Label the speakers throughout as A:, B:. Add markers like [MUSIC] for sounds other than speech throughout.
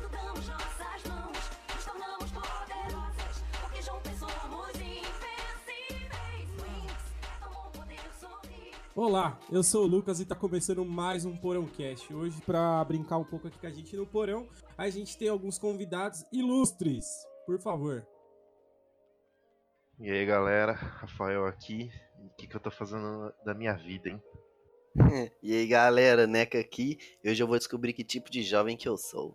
A: Juntamos nossas mãos, nos tornamos poderosas. Porque juntos somos invencíveis. Wings, é tão bom poder sorrir.
B: Olá, eu sou o Lucas e tá começando mais um Porão Cast. Hoje, pra brincar um pouco aqui com a gente no Porão, a gente tem alguns convidados ilustres. Por favor.
C: E aí galera, Rafael aqui. O que, que eu tô fazendo da minha vida, hein?
D: [LAUGHS] E aí galera, Neca aqui. Hoje eu vou descobrir que tipo de jovem que eu sou.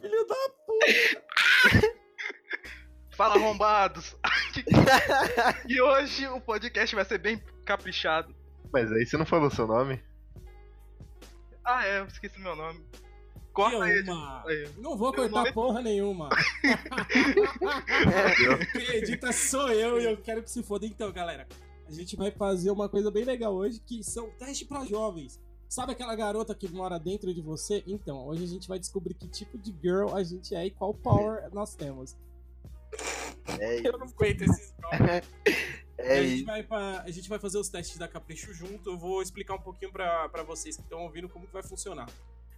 B: Filho da
E: Fala arrombados! e hoje o podcast vai ser bem caprichado.
C: Mas aí você não falou seu nome?
E: Ah, é, eu esqueci meu nome. Corta aí. tipo,
B: nenhuma.
E: aí.
B: Não vou
E: Meu nome
B: cortar
E: é-
B: porra [LAUGHS] nenhuma. Quem edita sou eu e eu quero que se foda. Então, galera, a gente vai fazer uma coisa bem legal hoje, que são testes pra jovens. Sabe aquela garota que mora dentro de você? Então, hoje a gente vai descobrir que tipo de girl a gente é e qual power nós temos.
D: É,
B: Eu não aguento esses nomes. E
D: é
B: Então, a, gente
D: isso.
B: vai pra- a gente vai fazer os testes da Capricho junto. Eu vou explicar um pouquinho pra pra vocês que estão ouvindo como que vai funcionar.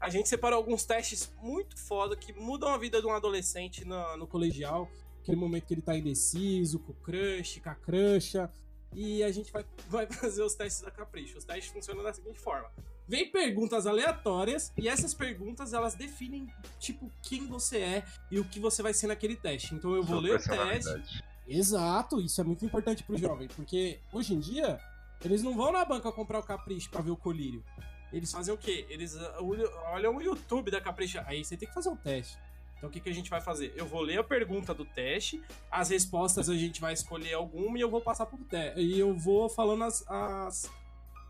B: A gente separou alguns testes muito foda que mudam a vida de um adolescente na- no colegial. Aquele momento que ele tá indeciso, com o crush, com a crucha. E a gente vai, vai [LAUGHS] fazer os testes da Capricho. Os testes funcionam da seguinte forma. Vem perguntas aleatórias e essas perguntas elas definem, tipo, quem você é e o que você vai ser naquele teste. Então eu vou
C: Sua
B: ler o teste,
C: personalidade.
B: Exato, isso é muito importante pro jovem, porque hoje em dia eles não vão na banca comprar o capricho pra ver o colírio. Eles fazem o quê? Eles ah, olham- olham o YouTube da capricha. Aí você tem que fazer um teste. Então o que, que a gente vai fazer? Eu vou ler a pergunta do teste, as respostas a gente vai escolher alguma e eu vou passar pro teste. E eu vou falando as, as,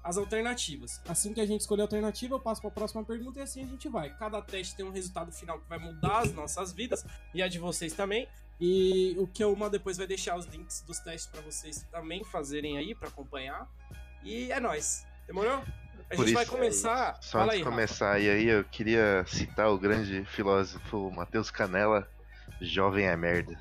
B: as alternativas. Assim que a gente escolher a alternativa, eu passo pra próxima pergunta e assim a gente vai. Cada teste tem um resultado final que vai mudar as nossas vidas e a de vocês também. E o que é uma depois vai deixar os links dos testes pra vocês também fazerem aí pra acompanhar. E é nóis. Demorou? A
C: Por
B: gente vai
C: isso,
B: começar.
C: Só
B: Fala
C: antes
B: aí.
C: de
B: Rafa.
C: começar, e aí eu queria citar o grande filósofo Matheus Canella, jovem é merda.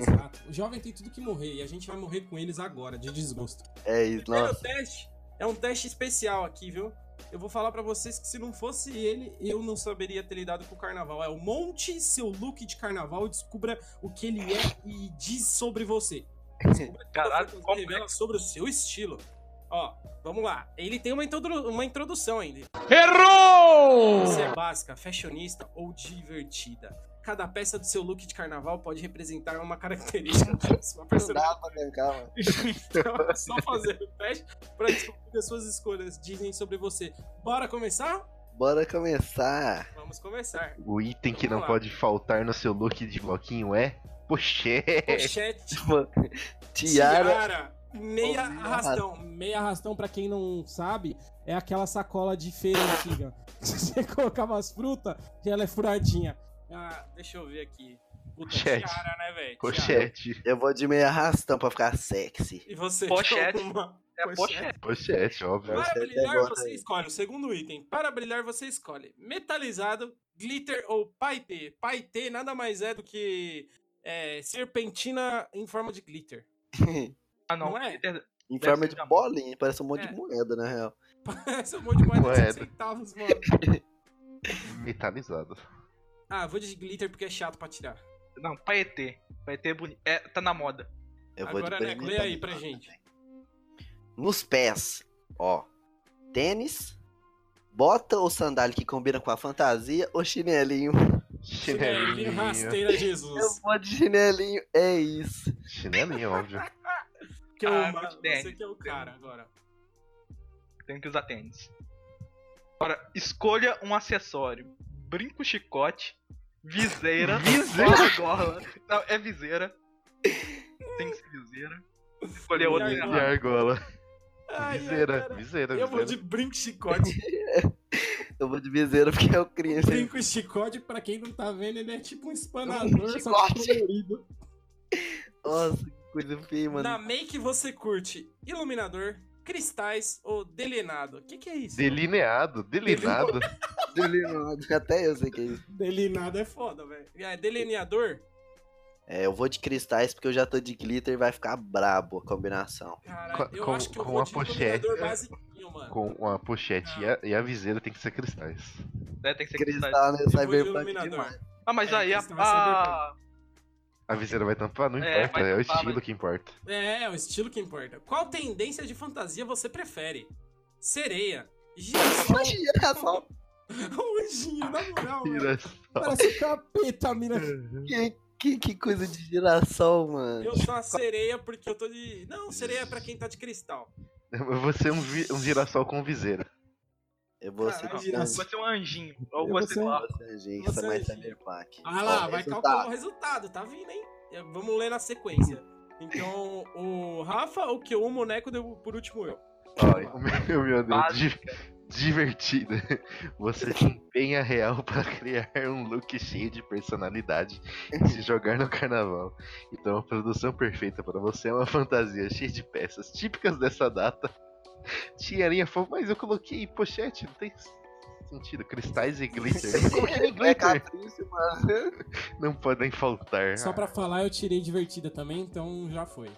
B: Exato. [LAUGHS] O jovem tem tudo que morrer e a gente vai morrer com eles agora, de desgosto.
D: É isso.
B: Primeiro
D: Nossa,
B: teste é um teste especial aqui, viu? Eu vou falar pra vocês que se não fosse ele, eu não saberia ter lidado com o carnaval. É o monte seu look de carnaval e descubra o que ele é e diz sobre você.
E: Caralho,
B: Você
E: como é?
B: revela sobre o seu estilo. Ó, vamos lá. Ele tem uma, introdu- uma introdução ainda. Errou! Você é básica, fashionista ou divertida. Cada peça do seu look de carnaval pode representar uma característica [LAUGHS] da sua
D: não
B: personalidade.
D: dá pra tancar, mano.
B: Então, é só fazer o teste pra descobrir o que as suas escolhas dizem sobre você. Bora começar?
D: Bora começar.
B: Vamos começar.
C: O item que
B: Vamos
C: não
B: lá.
C: pode faltar no seu look de bloquinho é
B: [LAUGHS]
C: pochete.
B: Pochete,
D: Tiara.
B: tiara, meia
D: Ou meia
B: arrastão. Meia arrastão, pra quem não sabe, é aquela sacola de feira antiga. [LAUGHS] Se você colocar umas frutas, ela é furadinha. Ah, deixa eu ver aqui. Puta,
C: Pochete.
B: tiara, né, velho? Tiara.
C: Pochete,
D: Eu vou de meia arrastão pra ficar sexy.
B: E você? [LAUGHS]
E: Pochete.
B: toma uma
E: É a pochete.
C: pochete, óbvio.
B: Para
D: Você
B: brilhar,
D: pegou
B: você
D: aí.
B: escolhe. O segundo item. Para brilhar, você escolhe metalizado, glitter ou paetê. Paetê nada mais é do que é, serpentina em forma de glitter. [LAUGHS]
E: Ah, não.
B: Não é?
D: Em
E: Deve
D: forma
E: ser
D: de
E: diamante.
D: bolinha. Parece um monte
B: É.
D: de moeda, na real.
B: Esse é um monte de moeda de
C: Moeda.
B: 5 centavos, mano.
C: Metalizado.
B: Ah, vou de glitter porque é chato pra tirar.
E: Não, paetê. Paetê é bonito. É, tá na moda.
D: Eu vou
B: Agora,
D: de
B: Neco, lê
D: bermuda.
B: aí pra
D: [LAUGHS]
B: gente.
D: Nos pés, ó. Tênis. Bota ou sandália que combina com a fantasia ou chinelinho?
B: Chinelinho,
C: Chinelinho.
B: rasteira
D: Eu
B: Jesus.
D: vou de chinelinho, é isso.
C: Chinelinho,
B: [LAUGHS]
C: óbvio.
B: Que eu,
E: Ah,
B: mano,
E: eu gostei.
B: você que é o cara agora.
E: Tem que usar tênis. Agora, escolha um acessório. Brinco chicote, viseira,
C: Viseira?
E: gola. Não, é viseira. Tem que ser viseira. Escolher outra.
B: E
C: E
B: argola?
E: errada.
C: argola.
B: Ai,
C: Viseira,
B: cara.
C: viseira,
B: Eu vou
C: viseira.
B: de brinco e chicote.
D: [LAUGHS] Eu vou de viseira porque é o crime.
B: brinco e chicote, pra quem não tá vendo, ele é tipo um espanador, só que
D: Chicote.
B: colorido.
D: Nossa, que coisa feia, mano.
B: Na make você curte iluminador, cristais ou delineado? O que, que é isso?
C: Delineado, delinado.
D: Delineado, Até eu sei que é isso.
B: Delineado é foda, velho. É, delineador
D: É, eu vou de cristais porque eu já tô de glitter e vai ficar brabo a combinação.
B: Cara,
C: Com-
B: eu
C: com-
B: acho que eu
C: com
B: vou
C: a
B: de
C: pochete. né?
B: iluminador basiquinho, mano.
C: Com uma pochete e a, e a viseira tem que ser cristais.
E: né? Tem que ser cristal.
D: Cristal, né?
B: Tipo de
D: Cyberpunk
B: iluminador.
D: demais.
E: Ah, mas
B: É,
E: aí a,
B: cristal é cyberpunk.
E: a-
C: A viseira vai tampar? Não
E: É,
C: importa,
E: vai
C: é o
E: tampar,
C: estilo
E: mas-
C: que importa.
B: É, é o estilo que importa. Qual tendência de fantasia você prefere? Sereia, girassol, [LAUGHS]
D: Girassol.
B: anjinho, na
C: [LAUGHS]
B: moral, mano.
C: Girassol.
B: Parece um capeta, a mina.
D: Que, que, que coisa de girassol, mano.
B: Eu sou uma sereia porque eu tô de... Não, sereia é pra quem tá de cristal.
C: Eu vou ser um, vi- um girassol com viseira.
D: Eu vou ser
B: Caralho,
D: de
B: girassol.
E: vai ser um anjinho.
B: Eu
E: Alguma
B: vou
E: sei
B: ser um-
E: lá.
D: Agência,
B: Você
D: mas
B: é gênio.
D: cyberpunk.
B: Ah lá,
D: Ó,
B: vai
D: resultado.
B: calcular o resultado, tá vindo, hein? É, Vamos ler na sequência. Então, o Rafa, o que o Moneco deu por último eu.
C: Ó, o meu, o meu Deus,
E: Básica.
C: di- divertida. [LAUGHS] Você se empenha real para criar um look cheio de personalidade e se jogar no carnaval. Então a produção perfeita para você é uma fantasia cheia de peças típicas dessa data. Tiarinha fofa, mas eu coloquei pochete, não tem sentido. Cristais e
E: [LAUGHS]
C: glitter. Eu não coloquei nem
D: É
C: glitter.
D: capricho, mano.
C: Não podem faltar.
B: Só pra falar, eu tirei divertida também, então já foi.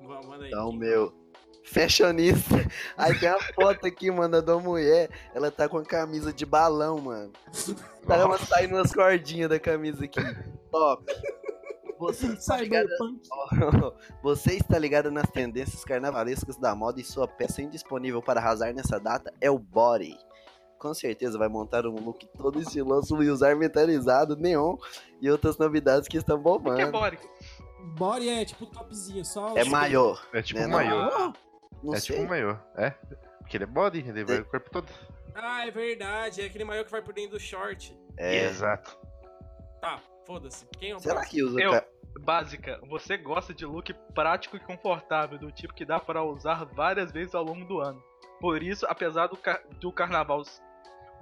B: Va- Manda aí.
D: Então, meu. [LAUGHS] Fashionista. Aí tem a foto aqui, mano, da mulher. Ela tá com a camisa de balão, mano. Tá ela
C: Nossa.
D: saindo umas cordinhas da camisa aqui. [LAUGHS] Top. Você está ligado
B: Cyberpunk.
D: [LAUGHS] Você está ligado nas tendências carnavalescas da moda e sua peça indisponível para arrasar nessa data é o body. Com certeza vai montar um look todo estiloso e usar metalizado, neon e outras novidades que estão
E: O que é
D: bombando.
E: body?
B: Body é tipo topzinho, só.
D: É maior.
C: É tipo
D: Né,
C: um
D: não?
C: maiô.
B: Ah,
D: Não
C: É
D: sei.
C: tipo um maiô. É? Porque ele é body, ele vai o corpo todo.
B: Ah, é verdade. É aquele maior que vai por dentro do short.
D: É.
C: Exato.
B: Tá, foda-se. Quem é o
D: Será
B: próximo?
D: que usa?
E: Eu.
D: ca-
E: Básica, você gosta de look prático e confortável, do tipo que dá para usar várias vezes ao longo do ano. Por isso, apesar do, car- do carnaval,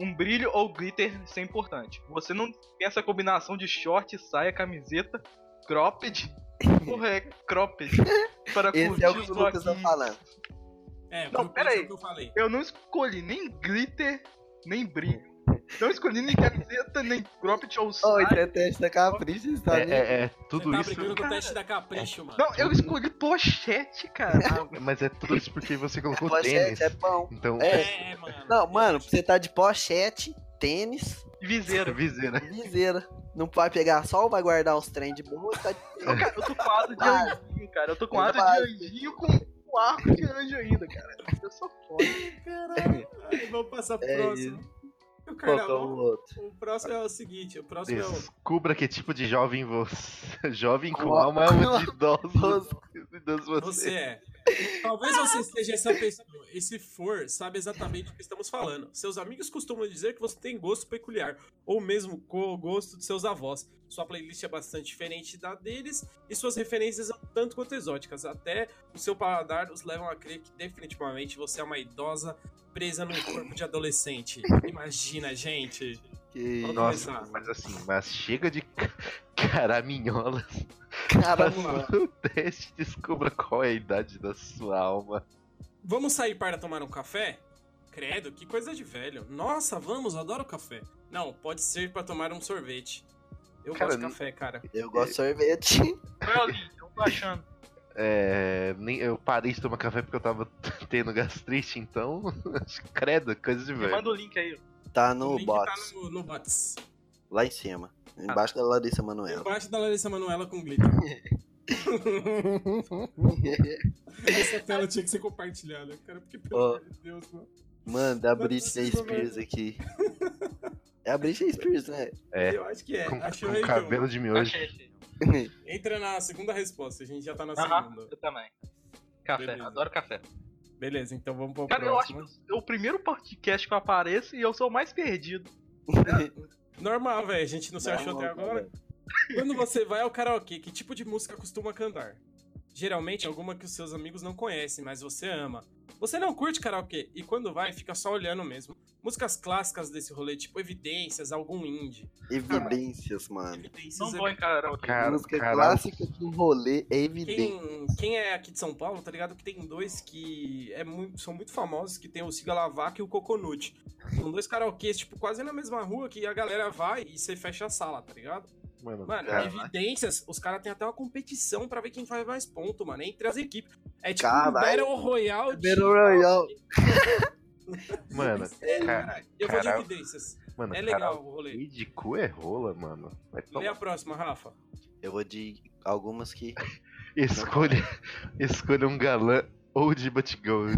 E: um brilho ou glitter ser importante. Você não tem essa combinação de short, saia, camiseta, cropped. Porra, é cropped. Para
D: Esse
E: curtir
D: é o que o
E: look.
D: Lucas tá falando.
B: É,
E: Não,
B: foi
E: pera aí.
B: o que eu falei.
E: Eu não escolhi nem glitter, nem brilho. Não escolhi nem camiseta, nem cropped ou
D: Ô,
E: saia.
D: isso é teste da capricha, você tá
C: É,
D: vendo?
C: é, é
B: Você
C: tudo
B: tá
C: isso.
B: brincando com o teste da capricho, mano.
E: Não, eu escolhi pochete, [LAUGHS] cara.
C: Mas é tudo isso porque você colocou tênis.
D: Pochete [LAUGHS] é bom.
C: Então,
D: É.
B: É, mano.
D: Não, mano, você tá de pochete, tênis,
E: Viseira.
C: viseira.
D: viseira. Não vai pegar sol, vai guardar os trem de boa, tá de
C: [LAUGHS]
E: Eu, cara, eu tô com asa de
D: Ah.
E: anjinho, cara. Eu tô com
D: Ele tá
E: asa
D: vai.
E: de anjinho com um arco de anjo ainda, cara. Eu sou foda.
B: Caralho. Ai, Vamos passar pro
D: É
B: próximo. O
D: Qual
B: carnaval
D: o outro.
B: O próximo é o seguinte, o próximo é o.
C: Descubra que tipo de jovem você. [LAUGHS] Jovem com
D: Com a-
C: alma
D: com a-
C: de
D: [LAUGHS]
C: idoso. Idoso
B: Você
C: você.
B: é. Talvez você seja essa pessoa. E se for, sabe exatamente o que estamos falando. Seus amigos costumam dizer que você tem gosto peculiar, ou mesmo com o gosto de seus avós. Sua playlist é bastante diferente da deles e suas referências são tanto quanto exóticas. Até o seu paladar os levam a crer que definitivamente você é uma idosa presa num corpo de adolescente. Imagina, gente.
D: Que
B: Vamos
C: Nossa,
B: começar.
C: mas assim, mas chega de [LAUGHS] ca- caraminhola.
D: cara, mano.
C: Faça o teste e descubra qual é a idade da sua alma.
B: Vamos sair para tomar um café? Credo, que coisa de velho. Nossa, vamos, adoro café. Não, pode ser para tomar um sorvete. Eu
C: Cara,
B: gosto de
C: não-
B: café, cara.
D: Eu gosto de sorvete.
E: Foi ali, eu tô achando.
C: É, nem, eu parei de tomar café porque eu tava [LAUGHS] tendo gastrite, então. [LAUGHS] Credo, coisa de
E: Me
C: velho.
E: manda o link aí.
D: Tá
B: o
D: no
B: link
D: box,
B: tá no, no box.
D: lá em cima. Embaixo da Larissa Manoela.
B: Embaixo da Larissa Manoela com glitter. Essa tela tinha que ser compartilhada, cara, porque pelo
D: Ó.
B: amor de Deus, mano.
D: Mano, da
B: Não é
D: Britney
B: possível,
D: Spears
B: velho.
D: aqui. É a Britney Spears, né?
C: É.
B: Eu acho que é.
C: Com,
B: Achou
C: com
B: aí, João?
C: cabelo de miojo.
E: Achei, achei.
B: Entra na segunda resposta, a gente já tá na
E: Aham,
B: segunda.
E: eu também. Café,
B: Beleza.
E: adoro café.
B: Beleza, então vamos pro
E: Cara, eu acho
B: próximo.
E: que é o primeiro podcast que eu apareço e eu sou o mais perdido.
B: Normal, velho, a gente não se achou até agora. Quando você vai ao karaokê, que tipo de música costuma cantar? Geralmente alguma que os seus amigos não conhecem, mas você ama. Você não curte karaokê e quando vai fica só olhando mesmo. Músicas clássicas desse rolê, tipo Evidências, algum indie.
D: Evidências, mano.
E: Não
B: Evidências
E: vou
B: é...
E: em karaokê.
C: Cara,
D: Música
C: caralho.
D: clássica de rolê é evidente.
B: Quem, quem é aqui de São Paulo, tá ligado que tem dois que é muito- são muito famosos, que tem o Siga Lavaca e o Coconut. São dois karaokês, tipo, quase na mesma rua que a galera vai e você fecha a sala, tá ligado?
C: Mano,
B: Mano,
C: cara,
B: evidências, os caras têm até uma competição pra ver quem faz mais ponto, mano. Entre as equipes. É tipo um
D: Caralho.
B: Battle Royale. de-
D: Battle Royale.
C: mano,
B: é Sério,
C: Cara-
B: caralho. Eu vou de
C: cara-
B: evidências.
C: mano,
B: É
C: cara,
B: legal o rolê.
C: E de cu é rola, mano. Vai tomar-
B: Lê a próxima, Rafa.
D: Eu vou de algumas
E: [LAUGHS]
D: que.
C: Escolha, [LAUGHS] escolha um galã ou de [LAUGHS] Batgirl.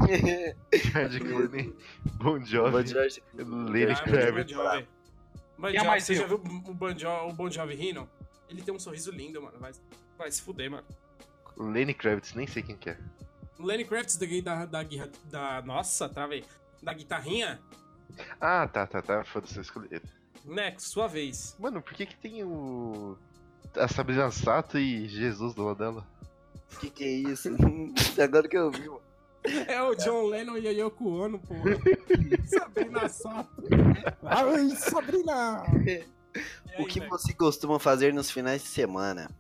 C: George Clooney, Bon
D: Vou
C: Jovi,
D: de George-
C: Lenny
B: Ah, mas o Bon
C: Kravitz.
B: Jovi. Bon
E: Quem é
B: Jovi,
E: mais
B: você
E: rico?
B: já viu o Bon Jovi, o bon Jovi rindo? Ele tem um sorriso lindo, mano. Vai, vai se fuder, mano.
C: Lenny Kravitz, nem sei quem que é.
B: O Lenny Kravitz da, da, da, guirra- da, Nossa, tá, velho? Da guitarrinha?
C: Ah, tá, tá, tá. Foda-se, eu escolhi.
B: Next, sua vez.
C: Mano, por que que tem o. A Sabrina Sato e Jesus do lado dela?
D: Que que é isso? [LAUGHS] Agora que eu vi, mano.
B: É o John Lennon e a Yoko Ono, pô. Sabrina Sato. Ai, Sabrina! E aí,
D: O que
B: velho?
D: você costuma fazer nos finais de semana?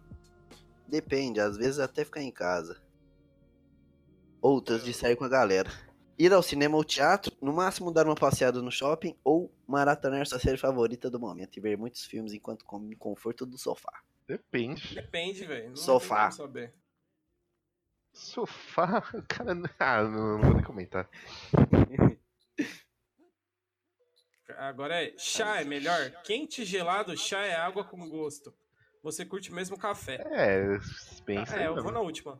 D: Depende, às vezes até ficar em casa. Outras de sair com a galera. Ir ao cinema ou teatro, no máximo dar uma passeada no shopping ou maratonar sua série favorita do momento e ver muitos filmes enquanto come no conforto do sofá.
C: Depende.
B: Depende, velho. Não
D: Sofá.
B: tem como saber.
C: Sofá, [LAUGHS] cara. Ah, não, não vou nem comentar.
B: Agora é chá é melhor? Quente e gelado, chá é água com gosto. Você curte mesmo café.
C: É, pensa.
B: É, eu
C: mano.
B: vou na última.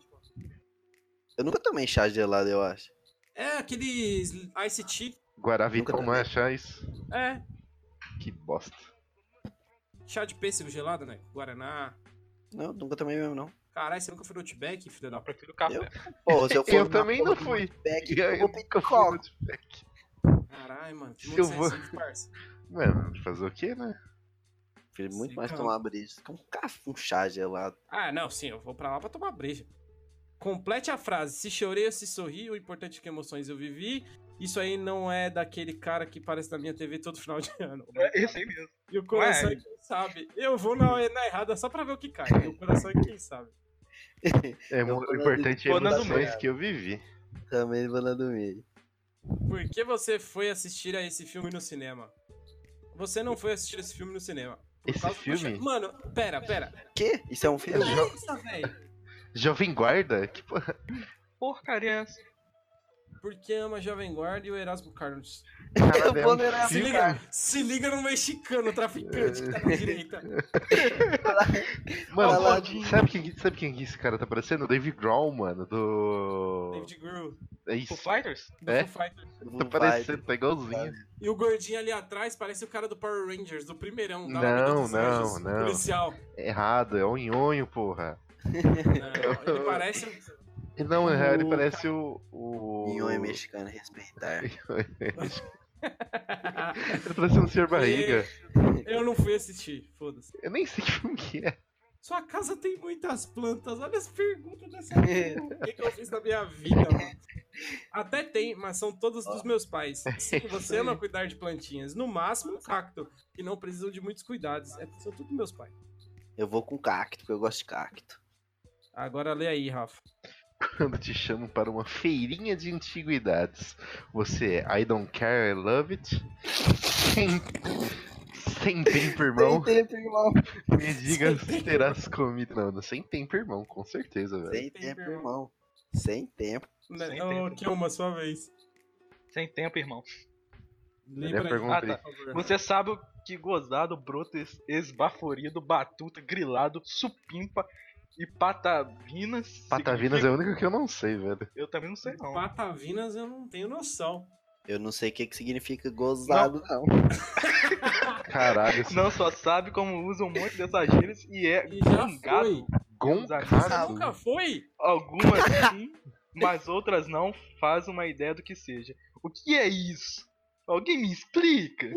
D: Eu nunca tomei chá gelado, eu acho.
B: É aqueles Ice Tea.
C: Guaravitão
D: Nunca
C: não é achar isso.
B: É,
C: Que bosta.
B: chá de pêssego gelado, né? Guaraná.
D: Não, nunca tomei mesmo, não.
B: Caralho, você nunca foi no Outback, filho da
E: Eu
B: puta.
E: prefiro café.
D: Eu?
C: [LAUGHS]
D: Porra, se eu for
C: Eu
D: na
C: também
D: porra
C: não
D: do
C: fui. Eu
D: Outback, eu vou
C: nunca
D: pedir
C: fui no
D: coca.
C: Outback.
B: Caralho, mano. Que
C: Se
B: mundo
C: eu vou-
B: sensível, parça.
C: Mano, fazer o quê, né?
D: Prefiro muito
B: Sim,
D: mais
B: cara.
D: tomar brisa que um café, um chá gelado.
B: Ah, não, sim, eu vou pra lá pra tomar breja. Complete a frase. Se chorei ou se sorri, o importante é que emoções eu vivi. Isso aí não é daquele cara que parece na minha TV todo final de ano.
E: É esse aí mesmo.
B: E o coração é quem sabe. Eu vou na, na errada só pra ver o que cai. E o coração é quem sabe.
C: É,
D: Eu
C: o
D: vou na-
C: importante é
E: vou na do
C: emoções
D: meio.
C: que eu vivi.
D: Também vou lá do meio.
B: Por que você foi assistir a esse filme no cinema? Você não foi assistir esse filme no cinema. Por
C: Esse
B: causa do
C: filme?
B: chefe- Mano, pera, pera.
D: Quê? Isso é um
C: [LAUGHS]
D: filme?
C: Jo-
B: Pensa, velho.
C: Jovem Guarda? Que
D: [LAUGHS]
C: porra.
E: Porcaria é essa?
B: Por que ama Jovem Guarda e o Erasmo Carlos?
C: Caralho, é um
D: vulnerável,
B: Se
C: filme.
B: liga, se liga no mexicano traficante que tá
C: [LAUGHS]
B: na direita.
C: um, Mano,
D: Fala
C: sabe-
D: de-
C: sabe quem, sabe quem que esse cara tá parecendo? O David Grohl, mano, do...
B: David Grohl,
C: É
E: Foo
C: isso,
E: Fighters?
B: do
C: É?
B: Foo Fighters.
C: tá parecendo, tá igualzinho.
B: E o gordinho ali atrás parece o cara do Power Rangers, do primeirão. da
C: Não,
B: Avenida dos
C: não,
B: Anjos,
C: não.
B: Policial.
C: Errado, é o nhonho, porra.
B: Não, É, ele parece... um-
C: E Não, na real, ele
B: O-
C: parece o... o...
D: Nenhum é
C: [LAUGHS]
D: mexicano respeitar.
C: Ele parece um Senhor Barriga.
B: Eu não fui assistir, foda-se.
C: Eu nem sei [LAUGHS] que filme que é.
B: Sua casa tem muitas plantas. Olha as perguntas dessa pergunta. O que, que eu fiz na minha vida, mano? Até tem, mas são todos dos meus pais. Sim, você ama cuidar de plantinhas. No máximo, um cacto. Que não precisam de muitos cuidados. É, são tudo meus pais.
D: Eu vou com cacto, porque eu gosto de cacto.
B: Agora lê aí, Rafa.
C: Quando te chamam para uma feirinha de antiguidades. Você é I don't care, I love it. Sem, sem tempo, irmão.
D: tempo, irmão.
C: Me diga se terás comido. Não, não, sem tempo, irmão, com certeza, velho.
D: Sem tempo, irmão. Sem tempo.
E: Sem
B: Não,
E: tempo.
B: que uma sua vez.
E: Sem tempo, irmão.
B: Lê
C: Ele
B: pra
C: pergunta
B: gente,
E: aí.
B: Ah, por favor.
E: Você sabe o que gozado, broto es- esbaforido, batuta, grilado, supimpa e patavinas.
C: Patavinas é
E: significa-
C: o único que eu não sei, velho.
E: Eu também não sei não.
B: Patavinas eu não tenho noção.
D: Eu não sei o que, que significa gozado, não.
C: [LAUGHS] Caralho,
E: Não só sabe como usam muito dessas gírias e é
B: E já
E: gongado.
B: foi.
C: Goncado.
B: Nunca foi? [LAUGHS]
E: Algumas sim, mas outras não faz uma ideia do que seja. O que é isso? Alguém me explica?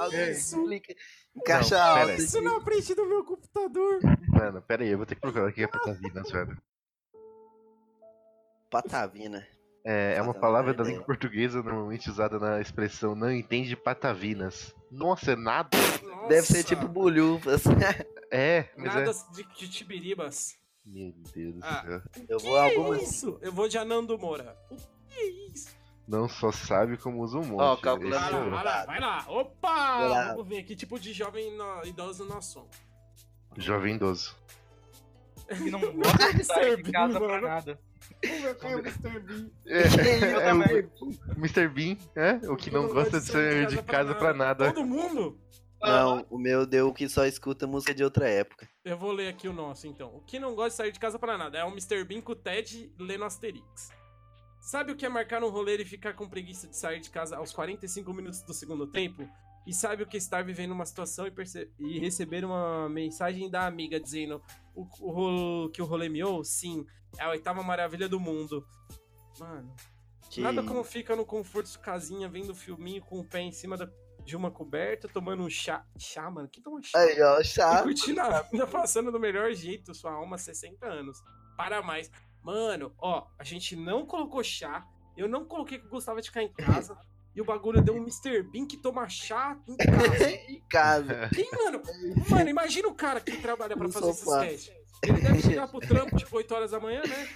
D: Alguém
B: Isso.
D: explica. Encaixa
C: Não,
D: a
C: pera
D: alta.
C: aí.
B: Isso na frente do meu computador.
C: Mano, pera aí, eu vou ter que procurar o que é patavinas, velho.
D: Patavina.
C: É, é uma
D: Patavina,
C: palavra
D: ideia.
C: da língua portuguesa normalmente usada na expressão não entende patavinas. Nossa, é nada?
D: Deve ser
B: Nossa.
D: tipo bulhufas.
C: É, mas
B: Nada
C: é.
B: de, de Tibiribas.
C: Meu Deus do
B: Ah.
C: céu.
D: [LAUGHS] Eu vou algumas.
B: Isso, eu vou de Anando Moura. O que é isso?
C: Não só sabe como usa um monte.
D: Ó, calculando
B: Vai
C: Esse é
B: lá,
C: o-
B: vai lá, vai lá. Opa!
D: Vai lá.
B: Vamos ver que tipo de jovem no- idoso nós somos.
C: Jovem idoso.
E: E não gosta de sair de
B: Servindo,
E: casa pra
B: mano.
E: nada.
B: Como é que é o Mr. Bean?
E: Eu
C: [LAUGHS]
B: Tá
C: É,
E: também.
C: o Mr. Bean, é? O que não gosta de sair de casa pra nada.
B: Todo mundo?
D: Não, o meu deu que só escuta música de outra época.
B: Eu vou ler aqui o nosso, então. O que não gosta de sair de casa pra nada? É o Mr. Bean com o Ted lendo Asterix. Sabe o que é marcar um rolê e ficar com preguiça de sair de casa aos 45 minutos do segundo tempo? E sabe o que é estar vivendo uma situação e, perce- e receber uma mensagem da amiga dizendo o, o rolo- que o rolê miou? Sim, é a oitava maravilha do mundo. Mano,
D: Que-
B: Nada como fica no conforto de casinha, vendo um filminho com o pé em cima da- de uma coberta, tomando um chá. Chá, mano? Quem toma chá?
D: Aí, ó,
B: E [LAUGHS]
D: chato.
B: curtindo a vida passando do melhor jeito, sua alma 60 anos. Para mais. Mano, ó, a gente não colocou chá. Eu não coloquei que eu gostava de ficar em casa. E o bagulho deu um Mr. Bean que toma chá em casa.
D: em casa.
B: Quem, mano? Mano, imagina o cara que trabalha pra
D: No
B: fazer esses
D: Um sofá.
B: testes. Ele deve chegar pro trampo, tipo, 8 horas da manhã, né?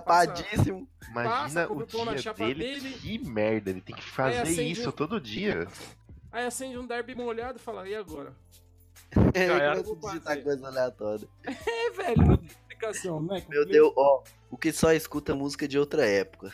D: Chapadíssimo.
C: Imagina
B: come
C: o
B: o pão na
C: dia
B: chapa
C: dele.
B: dele.
C: Que merda, ele tem que fazer
B: acende
C: isso
B: um- [LAUGHS]
C: todo dia.
B: Aí acende um derby molhado e fala, e agora?
D: Ele
E: Já era.
D: começa a digitar coisa aleatória.
B: É, velho, não tem explicação, né?
D: Meu Deus, ó. O que só escuta música de outra época.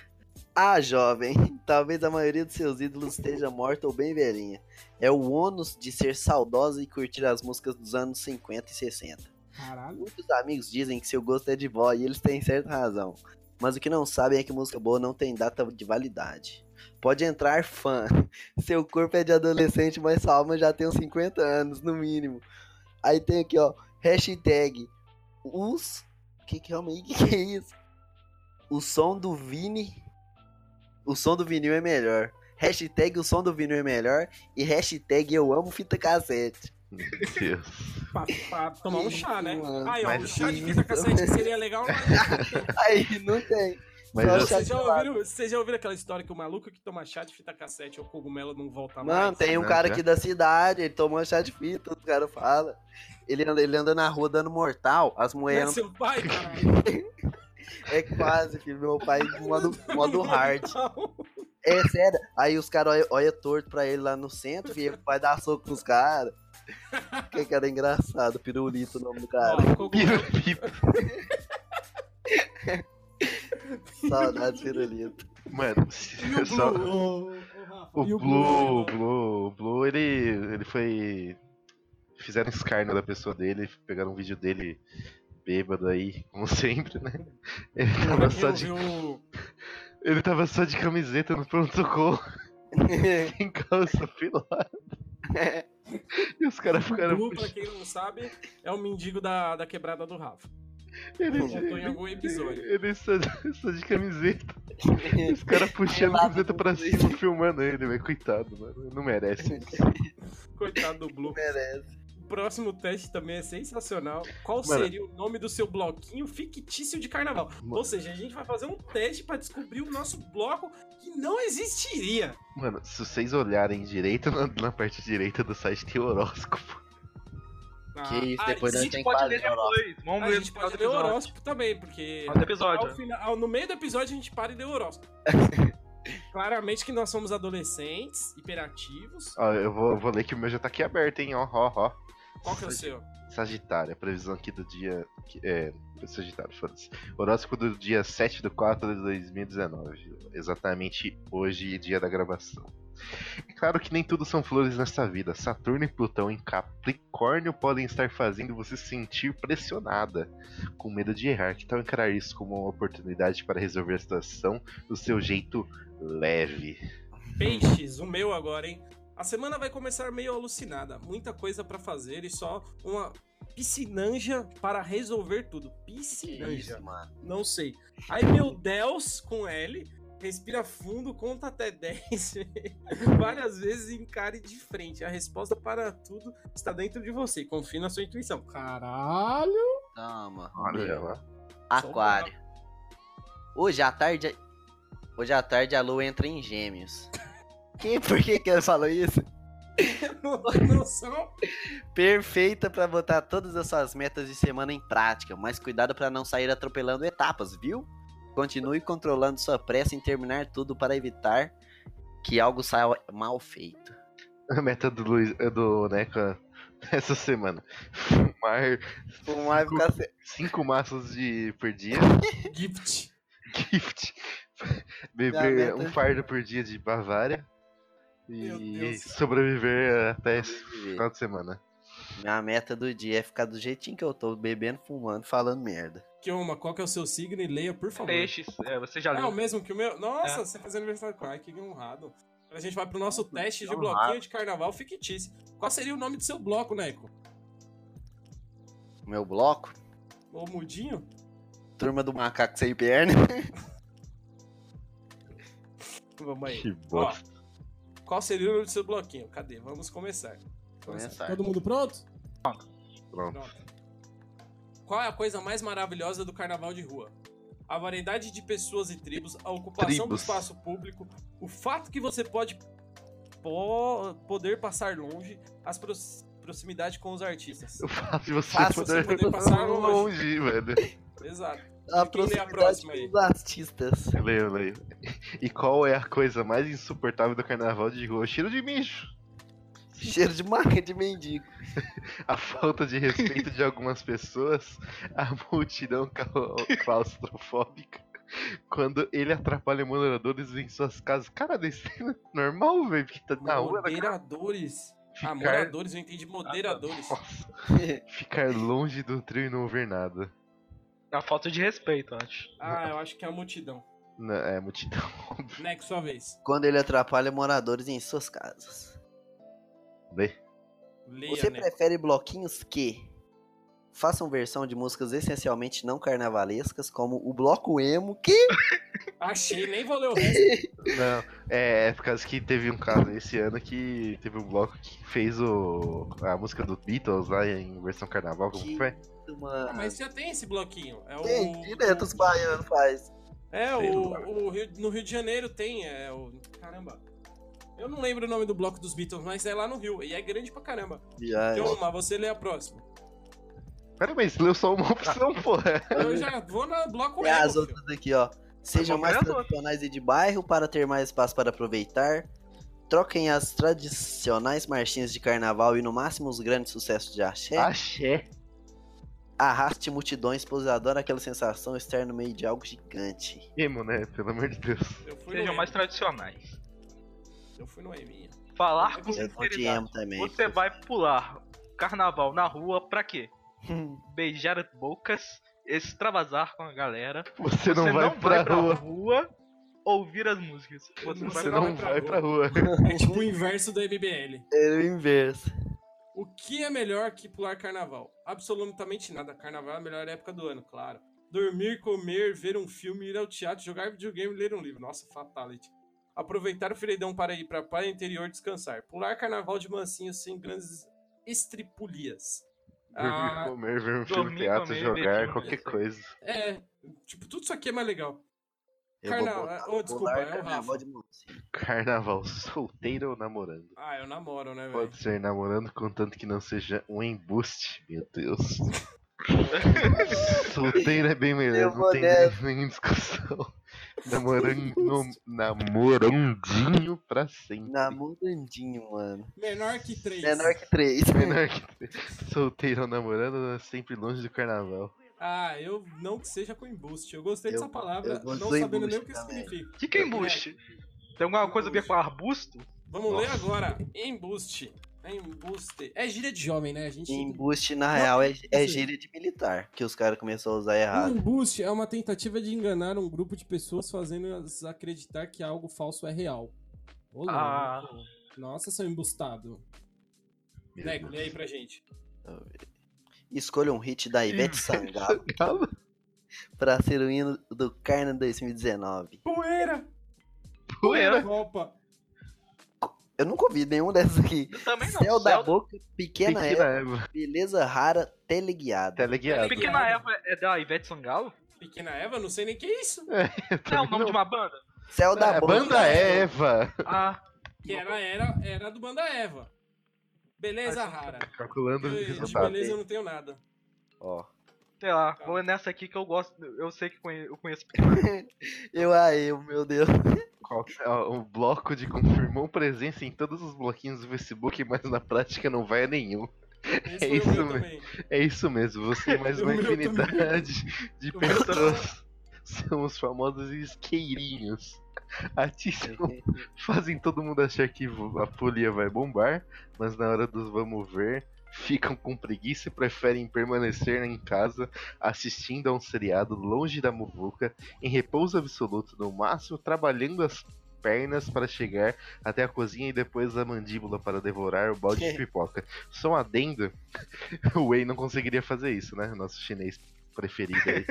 D: Ah, jovem, [LAUGHS] talvez a maioria dos seus ídolos esteja morta ou bem velhinha. É o ônus de ser saudosa e curtir as músicas dos anos 50 e 60.
B: Caralho.
D: Muitos amigos dizem que seu gosto é de vó e eles têm certa razão. Mas o que não sabem é que música boa não tem data de validade. Pode entrar fã. [LAUGHS] Seu corpo é de adolescente, mas sua alma já tem uns 50 anos, no mínimo. Aí tem aqui, ó. Hashtag os. Que que é, homem? [LAUGHS] Que que é isso? O som do Vini. O som do vinil é melhor. Hashtag o som do vinil é melhor. E hashtag eu amo fita cassete. [LAUGHS]
C: Meu Deus.
B: Pra, pra tomar um chá, né?
D: Mano,
B: Aí, ó,
C: mas
B: um chá de
D: sim.
B: fita cassete seria legal. né? mas-
D: Aí não tem.
C: Mas
D: Só
C: eu-
D: chá
B: Vocês
D: de
B: já,
D: lado.
B: ouviram, vocês já ouviram aquela história que o maluco que toma chá de fita cassete ou cogumelo não volta
D: Mano,
B: Tá mais?
D: tem um
C: né,
D: cara
C: já?
D: aqui da cidade, ele tomou chá de fita, os caras falam. Ele anda, ele anda na rua dando mortal, as
B: Não é
D: moedas
B: seu pai, caralho.
D: é quase, filho. Meu pai modo, modo
B: Não,
D: hard.
B: não.
D: É sério. Aí os caras olham olha torto pra ele lá no centro e ele vai dar soco nos caras. Que cara engraçado, pirulito o nome do cara.
B: Ó, cogumelo,
C: Pirupi-
D: Saudades, pirulito.
C: Mano,
B: e o
C: [LAUGHS] só-
B: Blue? Ô, ô, Rafa,
C: [LAUGHS] O
B: e
C: Blue, o Blue, o Blue, ele, ele foi. Fizeram escárnio da pessoa dele, pegaram um vídeo dele bêbado aí, como [LAUGHS] sempre, né? Ele tava,
B: Pra
C: só
B: quem
C: de,
B: ouviu- um-
C: ele tava só de camiseta no pronto-socorro, [LAUGHS] sem calça, pelado. E os caras
B: É. O
C: ficaram.
B: Blue, pra quem não sabe, é o mendigo da, da quebrada do Rafa.
C: Ele,
B: Voltou em algum episódio.
C: ele só, só de [LAUGHS] camiseta.
B: [LAUGHS]
C: Os caras puxando a camiseta pra cima, filmando ele, velho. Coitado, mano. Não merece.
B: [LAUGHS] Coitado do Blue.
D: [LAUGHS] Merece.
B: O próximo teste também é sensacional. Qual
C: Mano.
B: seria o nome do seu bloquinho fictício de carnaval?
C: Mano.
B: Ou seja, a gente vai fazer um teste pra descobrir o nosso bloco que não existiria.
C: Mano, se vocês olharem direito, na, na parte direita do site tem horóscopo. [LAUGHS]
D: Que isso, depois
E: A
D: nós
B: a,
D: tem
E: gente
D: que
E: pode
D: fazer
E: ler
D: horóscopo.
E: depois. Vamos
B: Ah, a
E: ler no
B: gente
E: final do
B: pode ler o
E: episódio.
B: horóscopo também, porque
E: Final do
B: ao
E: episódio.
B: final- ao- no meio do episódio a gente para e lê o
D: [LAUGHS]
B: horóscopo. Claramente que nós somos adolescentes, hiperativos.
C: Ó, eu vou, eu vou ler que o meu já tá aqui aberto, hein? Ó, ó, ó.
B: Qual que é o seu?
C: Sagitário, a previsão aqui do dia. que- É. Sagitário, foda-se. Horóscopo do dia 7 de 4 de 2019. Exatamente hoje, dia da gravação. É claro que nem tudo são flores nesta vida. Saturno e Plutão em Capricórnio podem estar fazendo você se sentir pressionada, com medo de errar. Que tal encarar isso como uma oportunidade para resolver a situação do seu jeito leve?
B: Peixes, o meu agora, hein? A semana vai começar meio alucinada, muita coisa pra fazer e só uma piscinanja para resolver tudo. Piscinanja,
D: Isso, mano.
B: não sei. Aí meu Deus com L, respira fundo, conta até [LAUGHS] 10 várias vezes e encare de frente. A resposta para tudo está dentro de você. Confie na sua intuição. Caralho! [LAUGHS]
D: Toma.
C: Olha lá.
D: Aquário. Hoje à tarde. Hoje à tarde a lua entra em gêmeos. [LAUGHS] Que? Por que que ela falou isso?
B: Não tem noção.
D: Perfeita pra botar todas as suas metas de semana em prática, mas cuidado pra não sair atropelando etapas, viu? Continue controlando sua pressa em terminar tudo para evitar que algo saia mal feito.
C: né, [LAUGHS] A meta do Luiz, do Neca essa semana. fumar
D: Fumar e ficar sem.
C: cinco maços de por dia, [LAUGHS]
B: Gift.
C: gift,
D: Minha
C: beber
D: meta-
C: um fardo por dia de Bavária
B: Meu
C: e
B: Deus.
C: sobreviver até esse
D: Sobreviver.
C: final de semana.
D: [LAUGHS] Minha meta do dia é ficar do jeitinho que eu tô, bebendo, fumando, falando merda.
B: Kioma, qual que é o seu signo e leia, por favor.
E: Peixes, é, você já
B: É o
E: leu.
B: mesmo que o meu? Nossa,
E: É.
B: você fez aniversário com Ai, que honrado. Agora a gente vai pro nosso teste de
C: que
B: bloquinho
C: honrado.
B: de carnaval fictício. Qual seria o nome do seu bloco, Neco?
D: Meu bloco,
B: Ou mudinho?
D: turma do macaco sem perna.
B: Vamos aí.
C: Que bosta.
B: Qual seria o nome do seu bloquinho? Cadê? Vamos começar.
D: Começar.
B: Todo mundo pronto?
C: Pronto.
B: Pronto. Qual é a coisa mais maravilhosa do carnaval de rua? A variedade de pessoas e tribos, a ocupação do
C: Tribos.
B: espaço público, o fato que você pode po- poder passar longe, as pros- proximidade com os artistas.
C: O fato de você
D: Faço
C: poder,
B: você
C: [LAUGHS]
B: poder passar
C: longe, velho. [LAUGHS]
B: Exato.
D: A
B: Quem lê a
D: proximidade
B: próxima aí?
D: dos artistas.
C: Leio, leio. E qual é a coisa mais insuportável do carnaval de rua? O Cheiro de bicho.
D: Cheiro de marca de mendigo.
C: A falta de respeito de algumas pessoas, a multidão clau- claustrofóbica, quando ele atrapalha moradores em suas casas. Cara, desse é normal, velho, que tá na rua. né?
B: Moderadores. Ah,
C: Ficar, Ah, tá.
B: moradores, eu entendi moderadores.
C: nossa, ficar longe do trio e não ouvir nada.
E: A falta de respeito, acho.
B: Ah, eu acho que é a multidão.
C: Na- é, multidão.
B: Neco, sua vez.
D: Quando ele atrapalha moradores em suas casas.
C: Lê.
B: Leia,
D: Você
B: Neco.
D: prefere bloquinhos que façam versão de músicas essencialmente não carnavalescas, como o bloco emo, que
B: Achei, nem vou ler o resto.
C: Não, é, é por causa que teve um caso esse ano que teve um bloco que fez o, a música do Beatles lá em versão carnaval, como
D: Que-
C: foi?
D: mano,
B: Ah, Mas já tem esse bloquinho. É o.
D: tem direto os baianos faz.
B: É,
C: Sei
B: o,
C: lá.
B: o Rio- no Rio de Janeiro tem, é o. Caramba. Eu não lembro o nome do bloco dos Beatles, mas é lá no Rio. E é grande pra caramba.
D: Já,
B: Então, mas você lê a próxima.
C: Pera, mas leu só uma opção, porra.
B: Eu já vou no bloco emo,
D: E Tá É, as
B: filho.
D: outras aqui, ó. Sejam mais
E: Tá bom,
D: tradicionais e de bairro para ter mais espaço para aproveitar. Troquem as tradicionais marchinhas de carnaval e no máximo os grandes sucessos de axé.
C: Axé.
D: Arraste multidões, pois adora aquela sensação de estar no meio de algo gigante.
C: Emo, né? Pelo amor de Deus.
B: Eu fui no
E: Sejam
B: emo.
E: mais tradicionais.
B: Eu fui no Eminha.
E: Falar com
D: Eu vou de
E: sinceridade.
D: emo também.
E: Você vai pular carnaval na rua
B: [LAUGHS]
E: pra quê? Beijar bocas, extravasar com a galera.
C: Você não vai pra rua.
E: ouvir as músicas. Você,
C: Você
E: vai
C: não
E: pra
C: vai pra rua.
B: É tipo o inverso do MBL.
D: É o inverso.
B: O que é melhor que pular carnaval? Absolutamente nada. Carnaval é a melhor época do ano, claro. Dormir, comer, ver um filme, ir ao teatro, jogar videogame, ler um livro. Nossa, fatality. Aproveitar o feriadão para ir para praia interior descansar. Pular carnaval de mansinho sem grandes estripulias.
C: Dormir,
B: Ah,
C: [LAUGHS] comer, ver um filme,
E: Dormir,
C: teatro,
E: comer, ver
C: jogar,
E: filme,
C: qualquer
E: isso aí.
C: coisa. [LAUGHS]
B: é. Tipo, tudo isso aqui é mais legal.
D: Eu vou
B: Carnaval-
D: botar
B: ô, desculpa,
D: pular
B: é o
D: carnaval
B: Rafa.
D: de mãozinha.
C: Carnaval, solteiro ou namorando?
B: Ah, eu namoro, né, velho?
C: Pode ser namorando, contanto que não seja um embuste. Meu Deus. solteiro é bem melhor,
D: Eu
C: não
D: vou
C: tem
D: nessa.
C: nem discussão. Namorando, namorandinho pra sempre.
D: Namorandinho, mano.
B: Menor que três.
D: Menor que três.
C: Menor que solteiro ou namorando, é sempre longe do carnaval.
B: Ah, eu não que seja com embuste. Eu gostei
D: Eu-
B: dessa palavra,
D: eu
B: não
D: gosto do
B: sabendo nem o
D: embuste
B: que
D: também.
B: significa.
E: O que, que é embuste? Tem alguma coisa a ver com arbusto?
B: Vamos ler
C: Nossa.
B: agora. Embuste. Embuste. É gíria de jovem, né? A gente.
D: Embuste, na real, é, é
B: assim-
D: gíria de militar, que os caras começaram a usar
B: Um
D: errado.
B: embuste é uma tentativa de enganar um grupo de pessoas fazendo-as acreditar que algo falso é real. Olá.
E: Ah.
B: Nossa, seu embustado.
C: Meu
B: Neco,
C: Deus.
B: lê aí pra gente.
D: Escolha um hit da
B: [LAUGHS]
D: Ivete Sangalo
C: Calma.
D: pra ser o hino do Carna 2019.
B: Poeira!
E: Poeira.
B: Copa!
D: Eu nunca ouvi nenhum dessas aqui.
E: Eu também não.
D: Céu da
E: Céu-
D: boca, pequena,
C: Pequena
D: Eva,
C: Eva.
D: beleza rara, teleguiada.
C: Teleguiado.
E: Pequena Eva é da
B: [LAUGHS]
E: Ivete Sangalo?
B: Pequena Eva, não sei nem que é isso.
E: Não, é o nome de uma banda?
D: Céu
C: É,
D: da
C: a
D: boca.
C: banda Eva. [LAUGHS]
E: Ah,
B: Que era, era, era do Banda Eva. Beleza, rara.
C: tá Calculando o
B: Eu- De
C: resultado.
B: beleza eu não tenho nada.
D: Ó.
E: sei lá. Vou nessa aqui que eu gosto. Eu sei que conhe- eu conheço.
D: Eu aí, meu Deus.
C: Qual- é? ó, O bloco de confirmou presença em todos os bloquinhos do Facebook, mas na prática não vai a nenhum.
B: Esse foi o
C: [LAUGHS] É
B: meu
C: isso mesmo.
B: também.
C: É isso mesmo, você e
B: [LAUGHS]
C: mais
B: O
C: uma
B: meu também.
C: infinidade de
B: O meu
C: pessoas são os famosos isqueirinhos. Atiçam, fazem todo mundo achar que vo- a folia vai bombar, mas na hora dos vamos ver, ficam com preguiça e preferem permanecer em casa assistindo a um seriado longe da muvuca, em repouso absoluto no máximo, trabalhando as pernas para chegar até a cozinha e depois a mandíbula para devorar o balde de pipoca. Só um adendo, [LAUGHS] o Wei não conseguiria fazer isso, né? Nosso chinês preferido aí.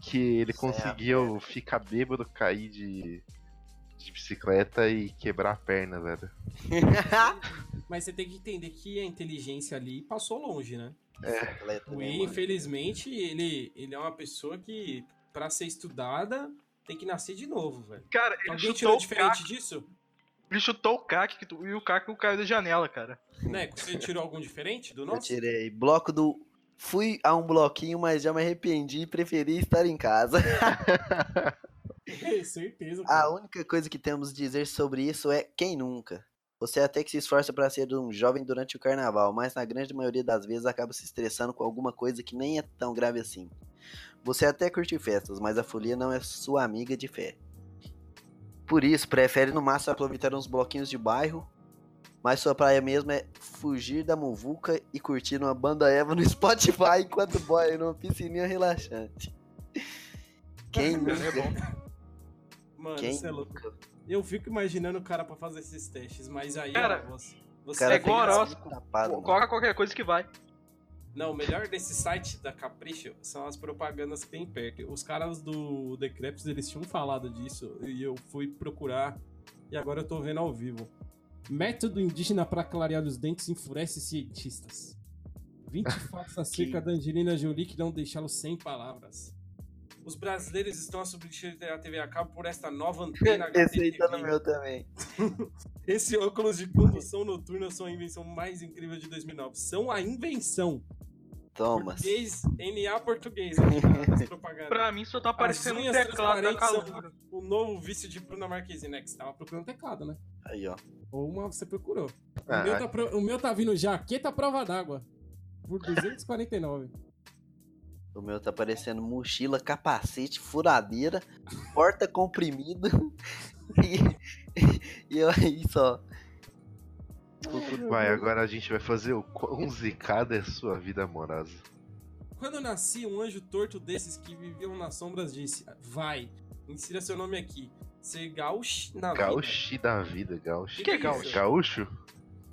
C: que ele
D: Certo,
C: conseguiu ficar bêbado, cair de, de bicicleta e quebrar a perna, velho.
B: Mas você tem que entender que a inteligência ali passou longe, né?
D: Atleta,
B: O
D: né,
B: Wei,
D: mano?
B: infelizmente, ele, ele é uma pessoa que, pra ser estudada, tem que nascer de novo, velho.
E: Cara, ele
B: Alguém
E: chutou,
B: tirou
E: o caco,
B: diferente disso?
E: ele chutou o caco que tu- e o caco caiu da janela, cara.
B: Neco, você tirou algum diferente do
D: Eu
B: nosso?
D: tirei. Bloco do. Fui a um bloquinho, mas já me arrependi e preferi estar em casa.
B: [LAUGHS] É, Certeza.
D: A
B: cara.
D: única coisa que temos a dizer sobre isso é quem nunca. Você é até que se esforça para ser um jovem durante o carnaval, mas na grande maioria das vezes acaba se estressando com alguma coisa que nem é tão grave assim. Você até curte festas, mas a folia não é sua amiga de fé. Por isso, prefere no máximo aproveitar uns bloquinhos de bairro, mas sua praia mesmo é fugir da muvuca e curtir uma banda Eva no [LAUGHS] Spotify enquanto boia numa piscininha relaxante. Quem
E: É
D: nunca?
E: bom.
B: Mano,
D: Quem
B: você é louco.
D: nunca?
B: Eu fico imaginando o cara pra fazer esses testes, mas aí. ó,
E: Cara,
B: você,
D: O
B: você
D: cara
E: é igual
D: fica
E: horóscopo.
D: sempre tapado, mano.
E: Coloca qualquer coisa que vai.
B: Não, o melhor desse site da Capricho são as propagandas que tem perto. Os caras do The Crepes, eles tinham falado disso e eu fui procurar e agora eu tô vendo ao vivo. Método indígena pra clarear os dentes enfurece cientistas.
D: [LAUGHS]
B: 20 fatos acerca da Angelina Jolie que não deixá-lo sem palavras. Os brasileiros estão a substituir a TV a cabo por esta nova antena
D: [LAUGHS] Esse aí
B: HDTV.
D: tá no meu também.
B: Esse óculos de condução noturna são a invenção mais incrível de 2009. São a invenção.
D: Thomas.
B: Português, NA [LAUGHS] português. aqui na- nas propagandas.
E: Pra mim só tá aparecendo
B: As
E: um
B: unhas
E: teclado da
B: transparentes
E: calura.
B: são O novo vício de Bruna Marquezine, né? Que você tava procurando teclado, né?
D: Aí, ó.
B: Ou uma você procurou.
C: Ah,
B: o, meu tá pro- o meu tá vindo jaqueta à prova d'água. Por 249.
D: O meu tá parecendo mochila, capacete, furadeira, porta comprimida. [LAUGHS] e, e eu aí só.
C: Vai, agora a gente vai fazer o quão zicada é sua vida amorosa.
B: Quando eu nasci, um anjo torto desses que viviam nas sombras disse: Vai, insira seu nome aqui. Ser gaúcho na vida."
C: Gaúcho da vida, gaúcho.
B: Que que é Ah, gaúcho?
C: Gaúcho?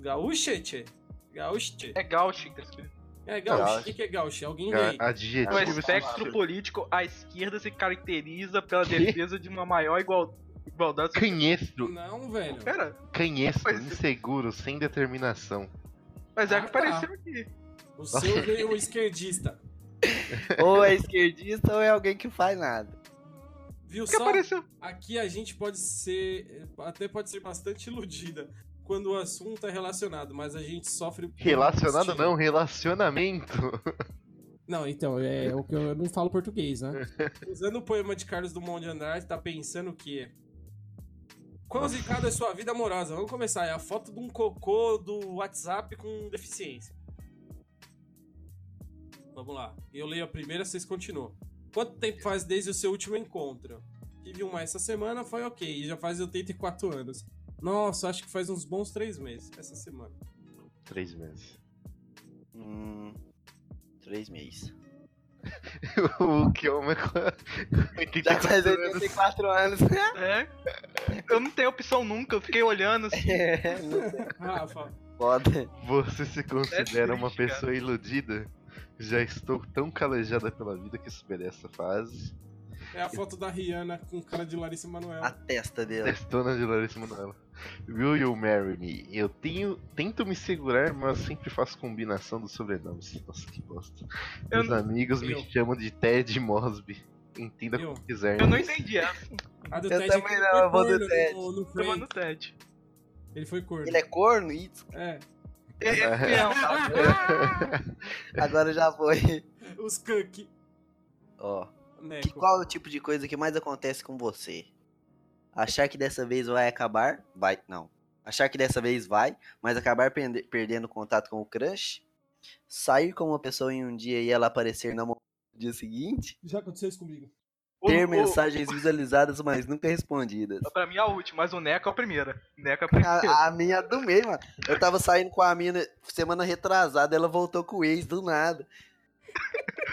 B: Gaúcho, tchê. Gaúcho, tchê.
E: É Gauchin, tá escrito.
B: É gaúcho.
D: Gaúcho.
B: O que, que é gaúcho? Alguém
C: Ga-
B: lê.
C: Adjetivo.
E: No
C: suficiente.
E: espectro político, a esquerda se caracteriza pela
C: Quê?
E: defesa de uma maior igual- igualdade social.
C: Canhestro,
B: Não, velho.
E: Pera,
C: canhestro,
E: Mas-
C: inseguro, sem determinação.
E: mas é
B: Ah,
E: que
B: tá.
E: apareceu aqui.
B: O [LAUGHS] seu veio o esquerdista.
D: Ou é esquerdista ou é alguém que faz nada.
B: Viu
E: O que
B: só?
E: apareceu?
B: Aqui a gente pode ser. Até pode ser bastante iludida quando o assunto é relacionado, mas a gente sofre. por
C: Relacionado
B: estilo.
C: não, relacionamento. [LAUGHS]
B: Não, então, é o que eu, eu não falo português, né? Usando o poema de Carlos Dumont de Andrade, tá pensando o quê? Quão zicada é sua vida amorosa? Vamos começar. É a foto de um cocô do WhatsApp com deficiência. Vamos lá. Eu leio a primeira, vocês continuam. Quanto tempo faz desde o seu último encontro? Tive uma essa semana, foi ok. Já faz 84 anos. Nossa, acho que faz uns bons três meses essa semana.
C: Três meses. [LAUGHS]
D: Hum. Três meses.
C: o que é uma. [LAUGHS]
D: Já tá
C: 84
D: faz
C: anos.
D: 84 anos. [LAUGHS]
E: É. Eu não tenho opção nunca, eu fiquei olhando assim.
D: É, não
B: Rafa,
D: Foda.
C: Você se considera uma
E: triste, cara.
C: pessoa iludida? Já estou tão calejada pela vida que superei essa fase.
B: é a foto da Rihanna com cara de Larissa Manoela.
D: A testa dele.
C: Testona é de Larissa Manoela. Will you marry me? Eu tenho, tento me segurar, mas sempre faço combinação dos sobrenomes. Nossa, que bosta.
E: Eu
C: Meus amigos
B: eu.
C: me chamam de Ted Mosby. Entenda
B: Eu.
C: como quiser.
E: Eu não entendi essa.
B: A do
D: Eu
B: Ted
D: também
B: é que
D: não,
B: ele foi
D: eu vou
B: corno no-
D: do Ted.
B: no Frank.
E: Chamando Ted.
B: Ele foi corno.
D: Ele é corno? Ih,
B: É.
E: É, é, mesmo, tá?
D: Agora já foi.
B: Os Kunk.
D: Ó. Que,
B: Neco.
D: qual é o tipo de coisa que mais acontece com você? Achar que dessa vez vai acabar? Vai, não. Achar que dessa vez vai, mas acabar pende- perdendo contato com o crush? Sair com uma pessoa em um dia e ela aparecer na mo- no dia seguinte?
B: Já aconteceu isso comigo.
E: O-
D: Ter
E: o-
D: mensagens visualizadas, mas nunca respondidas.
E: Pra mim é a última, mas o Neco é a primeira. Neco é a primeira.
D: A, a minha do meio, mano. Eu tava saindo com a mina semana retrasada, ela voltou com o ex do nada.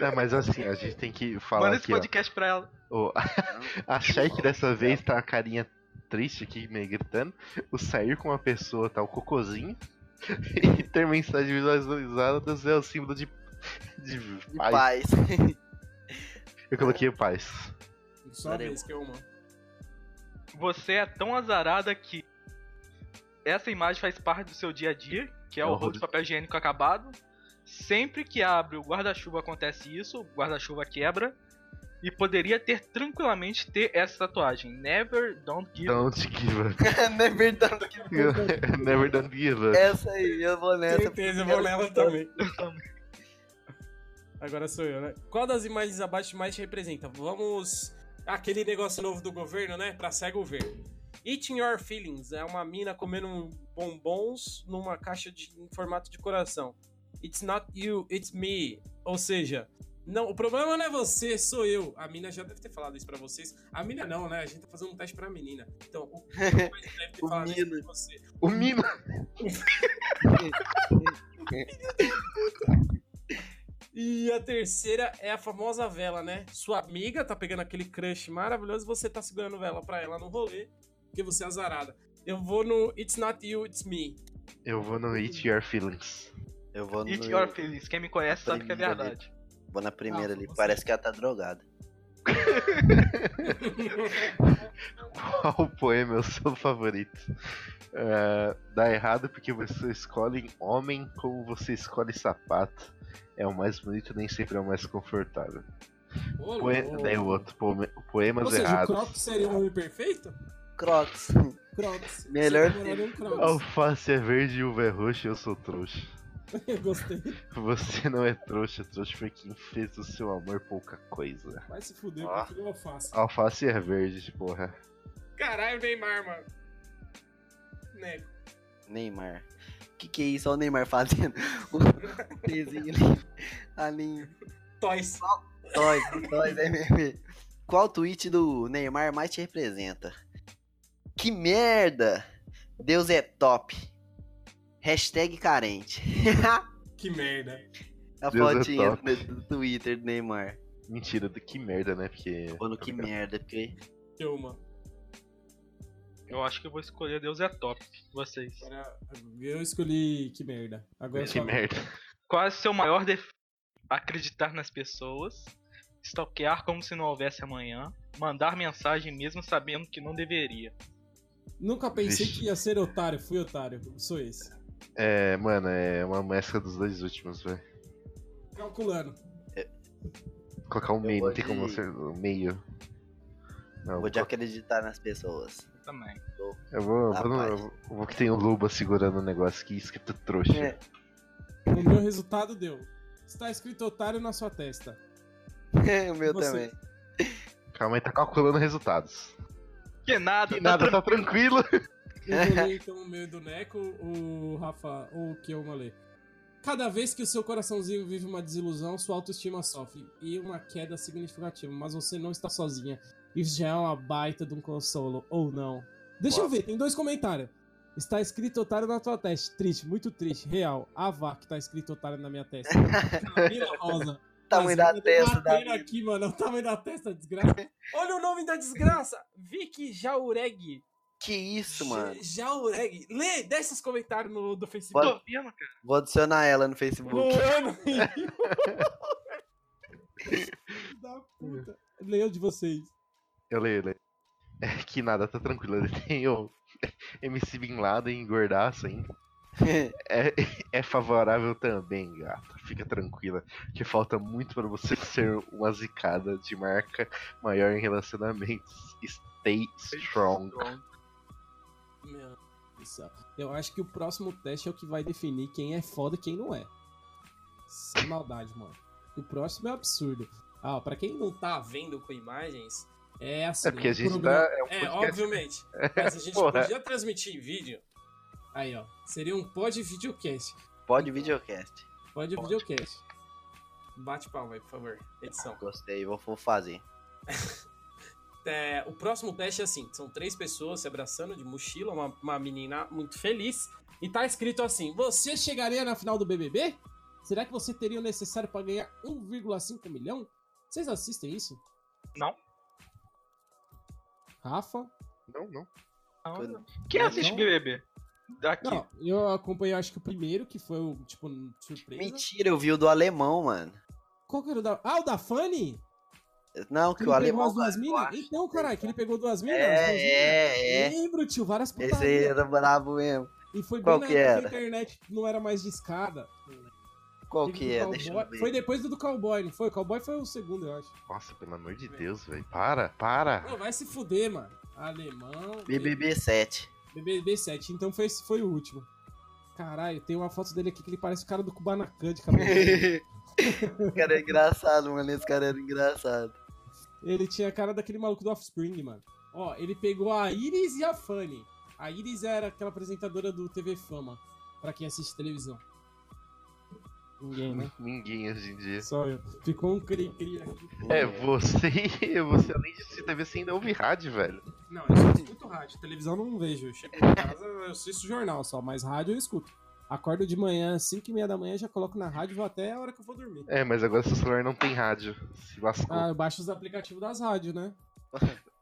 C: Não, mas assim, a gente tem que falar
E: Manda esse
C: aqui, ó.
E: podcast pra ela.
C: Ô, [LAUGHS] a Sheik dessa vez tá a carinha triste aqui, meio gritando. O sair com uma pessoa tá o cocôzinho. [LAUGHS] e ter mensagem visualizada é o símbolo de, de,
D: De
C: paz.
D: paz. [LAUGHS]
C: Eu coloquei paz.
B: Só uma
D: Peraí,
B: vez que é uma.
E: Você é tão azarada que essa imagem faz parte do seu dia a dia, que é o
C: Horror.
E: rolo de papel higiênico acabado. Sempre que abre o guarda-chuva acontece isso, o guarda-chuva quebra. E poderia ter tranquilamente ter essa tatuagem. Never don't give.
C: Don't give up.
D: Não é verdade.
C: Never don't give
B: É
C: up.
D: né? Essa aí, eu vou nessa.
B: Certeza, eu vou nela também. Agora sou eu, né? Qual das imagens abaixo mais te representa? Vamos. Aquele negócio novo do governo, né? Pra cego ver. Eating Your Feelings é uma mina comendo um bombons numa caixa de, em formato de coração. It's not you, it's me. Ou seja, não, o problema não é você, sou eu. A mina já deve ter falado isso pra vocês. A mina não, né? A gente tá fazendo um teste pra menina. Então, o
D: [LAUGHS]
B: deve ter
D: O
B: falado isso pra
D: Mino.
B: você.
C: O Mino.
B: E a terceira é a famosa vela, né? Sua amiga tá pegando aquele crush maravilhoso e você tá segurando vela pra ela no rolê, porque você é azarada. Eu vou no It's Not You, It's Me.
C: Eu vou no Eat Your Feelings.
D: Eu vou, no,
E: Eat your feelings. Quem me conhece sabe que é
D: Primeira
E: verdade.
D: vou na primeira
B: Ah,
D: ali.
B: você.
D: Parece que ela tá drogada.
C: Qual poema é o seu favorito? Ah, dá errado porque você escolhe homem como você escolhe sapato. É o mais bonito, nem sempre é o mais confortável.
B: Ô,
C: Poe...
B: louco.
C: Daí o outro, poema- poemas
B: Oh. Ou seja, o
C: errados.
B: Crocs seria um homem perfeito?
D: Crocs. [LAUGHS]
B: Crocs.
D: Melhor
B: Você namoraria um Crocs.
C: Alface é verde e uva é roxa, eu sou trouxa.
B: [LAUGHS] Eu gostei.
C: Você não é trouxa, trouxa foi quem fez do seu amor pouca coisa.
B: Vai se fuder,
C: Ó.
B: porque eu alface.
C: Alface é verde, porra.
B: Caralho, Neymar, mano. Nego.
D: Neymar. Que que é isso? Olha o Neymar fazendo. [LAUGHS] O pezinho ali. Ali.
B: Toys.
D: Toys, toys, MM. Qual tweet do Neymar mais te representa? Que merda! Deus é top. Hashtag carente. [LAUGHS]
B: Que merda.
D: A
C: Deus é
D: fotinha
C: top.
D: do do Twitter do Neymar.
C: Mentira, do que merda, né? Porque.
D: Mano, que merda, porque
B: Eu, mano.
E: Eu acho que eu vou escolher Deus é top. Vocês.
B: Agora, Eu escolhi que merda. Agora
C: Que
B: só-
C: merda.
E: Qual é o seu maior defeito? Acreditar nas pessoas, stalkear como se não houvesse amanhã, mandar mensagem mesmo sabendo que não deveria.
B: Nunca pensei
C: Vixe.
B: que ia ser otário, fui otário. Sou esse.
C: É, mano, é uma mescla dos dois últimos, velho.
B: Calculando.
C: Colocar um meio,
D: vou
C: não tem como
D: de-
C: ser o meio. Não,
D: vou de
C: eu
D: acreditar nas pessoas. [LAUGHS]
E: Eu também.
C: eu vou, eu vou, no-
D: Rapaz.
C: eu vou, eu vou que tem o Luba segurando o negócio aqui, escrito trouxa.
D: É.
B: O meu resultado deu. Está escrito otário na sua testa.
D: o meu
B: Você.
D: também.
C: Calma aí, tá calculando resultados.
E: Que nada,
C: Que
E: tá
C: nada, tá tranquilo. [LAUGHS]
B: Eu vou ler, então o meu e do Neco, o Rafa, ou o que eu malei. Cada vez que o seu coraçãozinho vive uma desilusão, sua autoestima sofre e uma queda significativa, mas você não está sozinha. Isso já é uma baita de um consolo, ou não. Deixa eu ver, tem dois comentários. Está escrito otário na tua testa. Triste, muito triste. Real. Avá, que tá escrito otário na minha testa. Camila Rosa.
D: Tamanho da testa da
B: Batendo aqui, mano. é O tamanho da testa, desgraça.
D: [LAUGHS]
B: Olha o nome da desgraça. Vicky Jaureg.
D: Que isso, mano?
B: Ja- Jaureg. Lê, desce os comentários no, do
E: tranquilo.
B: Facebook.
D: Bora.
E: Tô vendo, cara.
D: Vou adicionar ela no [LAUGHS] Facebook.
B: [LAUGHS] Moana. Filho da puta. Leio de vocês.
C: Eu leio, eu leio. É que nada, tá tranquilo. Ele tem o [LAUGHS] MC Bin Laden engordaço ainda. É, é favorável também, gata. Fica tranquila. Que falta muito pra você [LAUGHS] ser uma zicada de marca maior em relacionamentos. Stay strong.
B: Meu, isso. Eu acho que o próximo teste é o que vai definir quem é foda e quem não é. Sem maldade, mano. O próximo é um absurdo. Ah, ó, pra quem não tá vendo com imagens, é assim.
C: É porque a
B: um
C: gente
B: programa-
C: tá. É um
B: É,
C: podcast.
B: obviamente. Mas a gente
C: Porra.
B: podia transmitir em vídeo. Aí, ó. Seria um pod videocast.
D: Pode videocast.
B: Pode videocast. Bate palma aí, por favor. Edição.
D: Gostei, vou vou fazer.
B: É, o próximo teste é assim: são três pessoas se abraçando de mochila, uma, uma menina muito feliz. E tá escrito assim: Você chegaria na final do BBB? Será que você teria o necessário pra ganhar 1,5 milhão? Vocês assistem isso?
E: Não.
B: Rafa?
C: Não, não.
E: Não,
D: Pois-
E: não. Quem assiste
B: Não.
E: BBB? Daqui.
B: Não, eu acompanhei, acho que o primeiro, que foi o, tipo, surpresa.
D: Mentira, eu vi o do alemão, mano.
B: Qual que era o da. Ah, o da Fanny?
D: Não, que
B: Que ele pegou
D: o alemão.
B: as duas
D: mano, eu
B: minas?
D: acho.
B: Então, caralho, que ele pegou duas minas? as duas minas.
D: É, é, é.
B: Lembro, tio, várias
D: Esse aí
B: putaria.
D: era brabo mesmo.
B: E foi
D: Qual
B: bem
D: que
B: na época
D: era?
B: que a internet não era mais de escada.
D: Qual que é? Deixa eu
B: um Foi
D: ver.
B: depois do do Cowboy, não foi? O Cowboy foi o segundo, eu acho.
C: Nossa, pelo amor de Deus, velho. Para, para.
B: Não, vai se fuder, mano. Alemão.
D: BBB 7.
B: BBB 7. Então foi, esse- foi o último. Caralho, tem uma foto dele aqui que ele parece o cara do Kubanacan de
D: [LAUGHS]
B: cabelo.
D: Esse cara é engraçado, mano. Esse cara era engraçado.
B: ele tinha a cara daquele maluco do Offspring, mano. Ó, ele pegou a Iris e a Fanny. A Iris era aquela apresentadora do TV Fama, pra quem assiste televisão. Ninguém, né?
C: Ninguém hoje em dia.
B: Só eu. Ficou um cri-cri aqui.
C: É, você, [LAUGHS] você além de assistir TV, você ainda ouve rádio, velho.
B: Não, eu escuto muito rádio. Televisão eu não vejo. Eu chego em casa, eu assisto jornal só, mas rádio eu escuto. Acordo de manhã, 5 e meia da manhã, já coloco na rádio e vou até a hora que eu vou dormir.
C: É, mas agora seu celular não tem rádio. Se lascou.
B: Ah, eu baixo os aplicativos das rádios, né?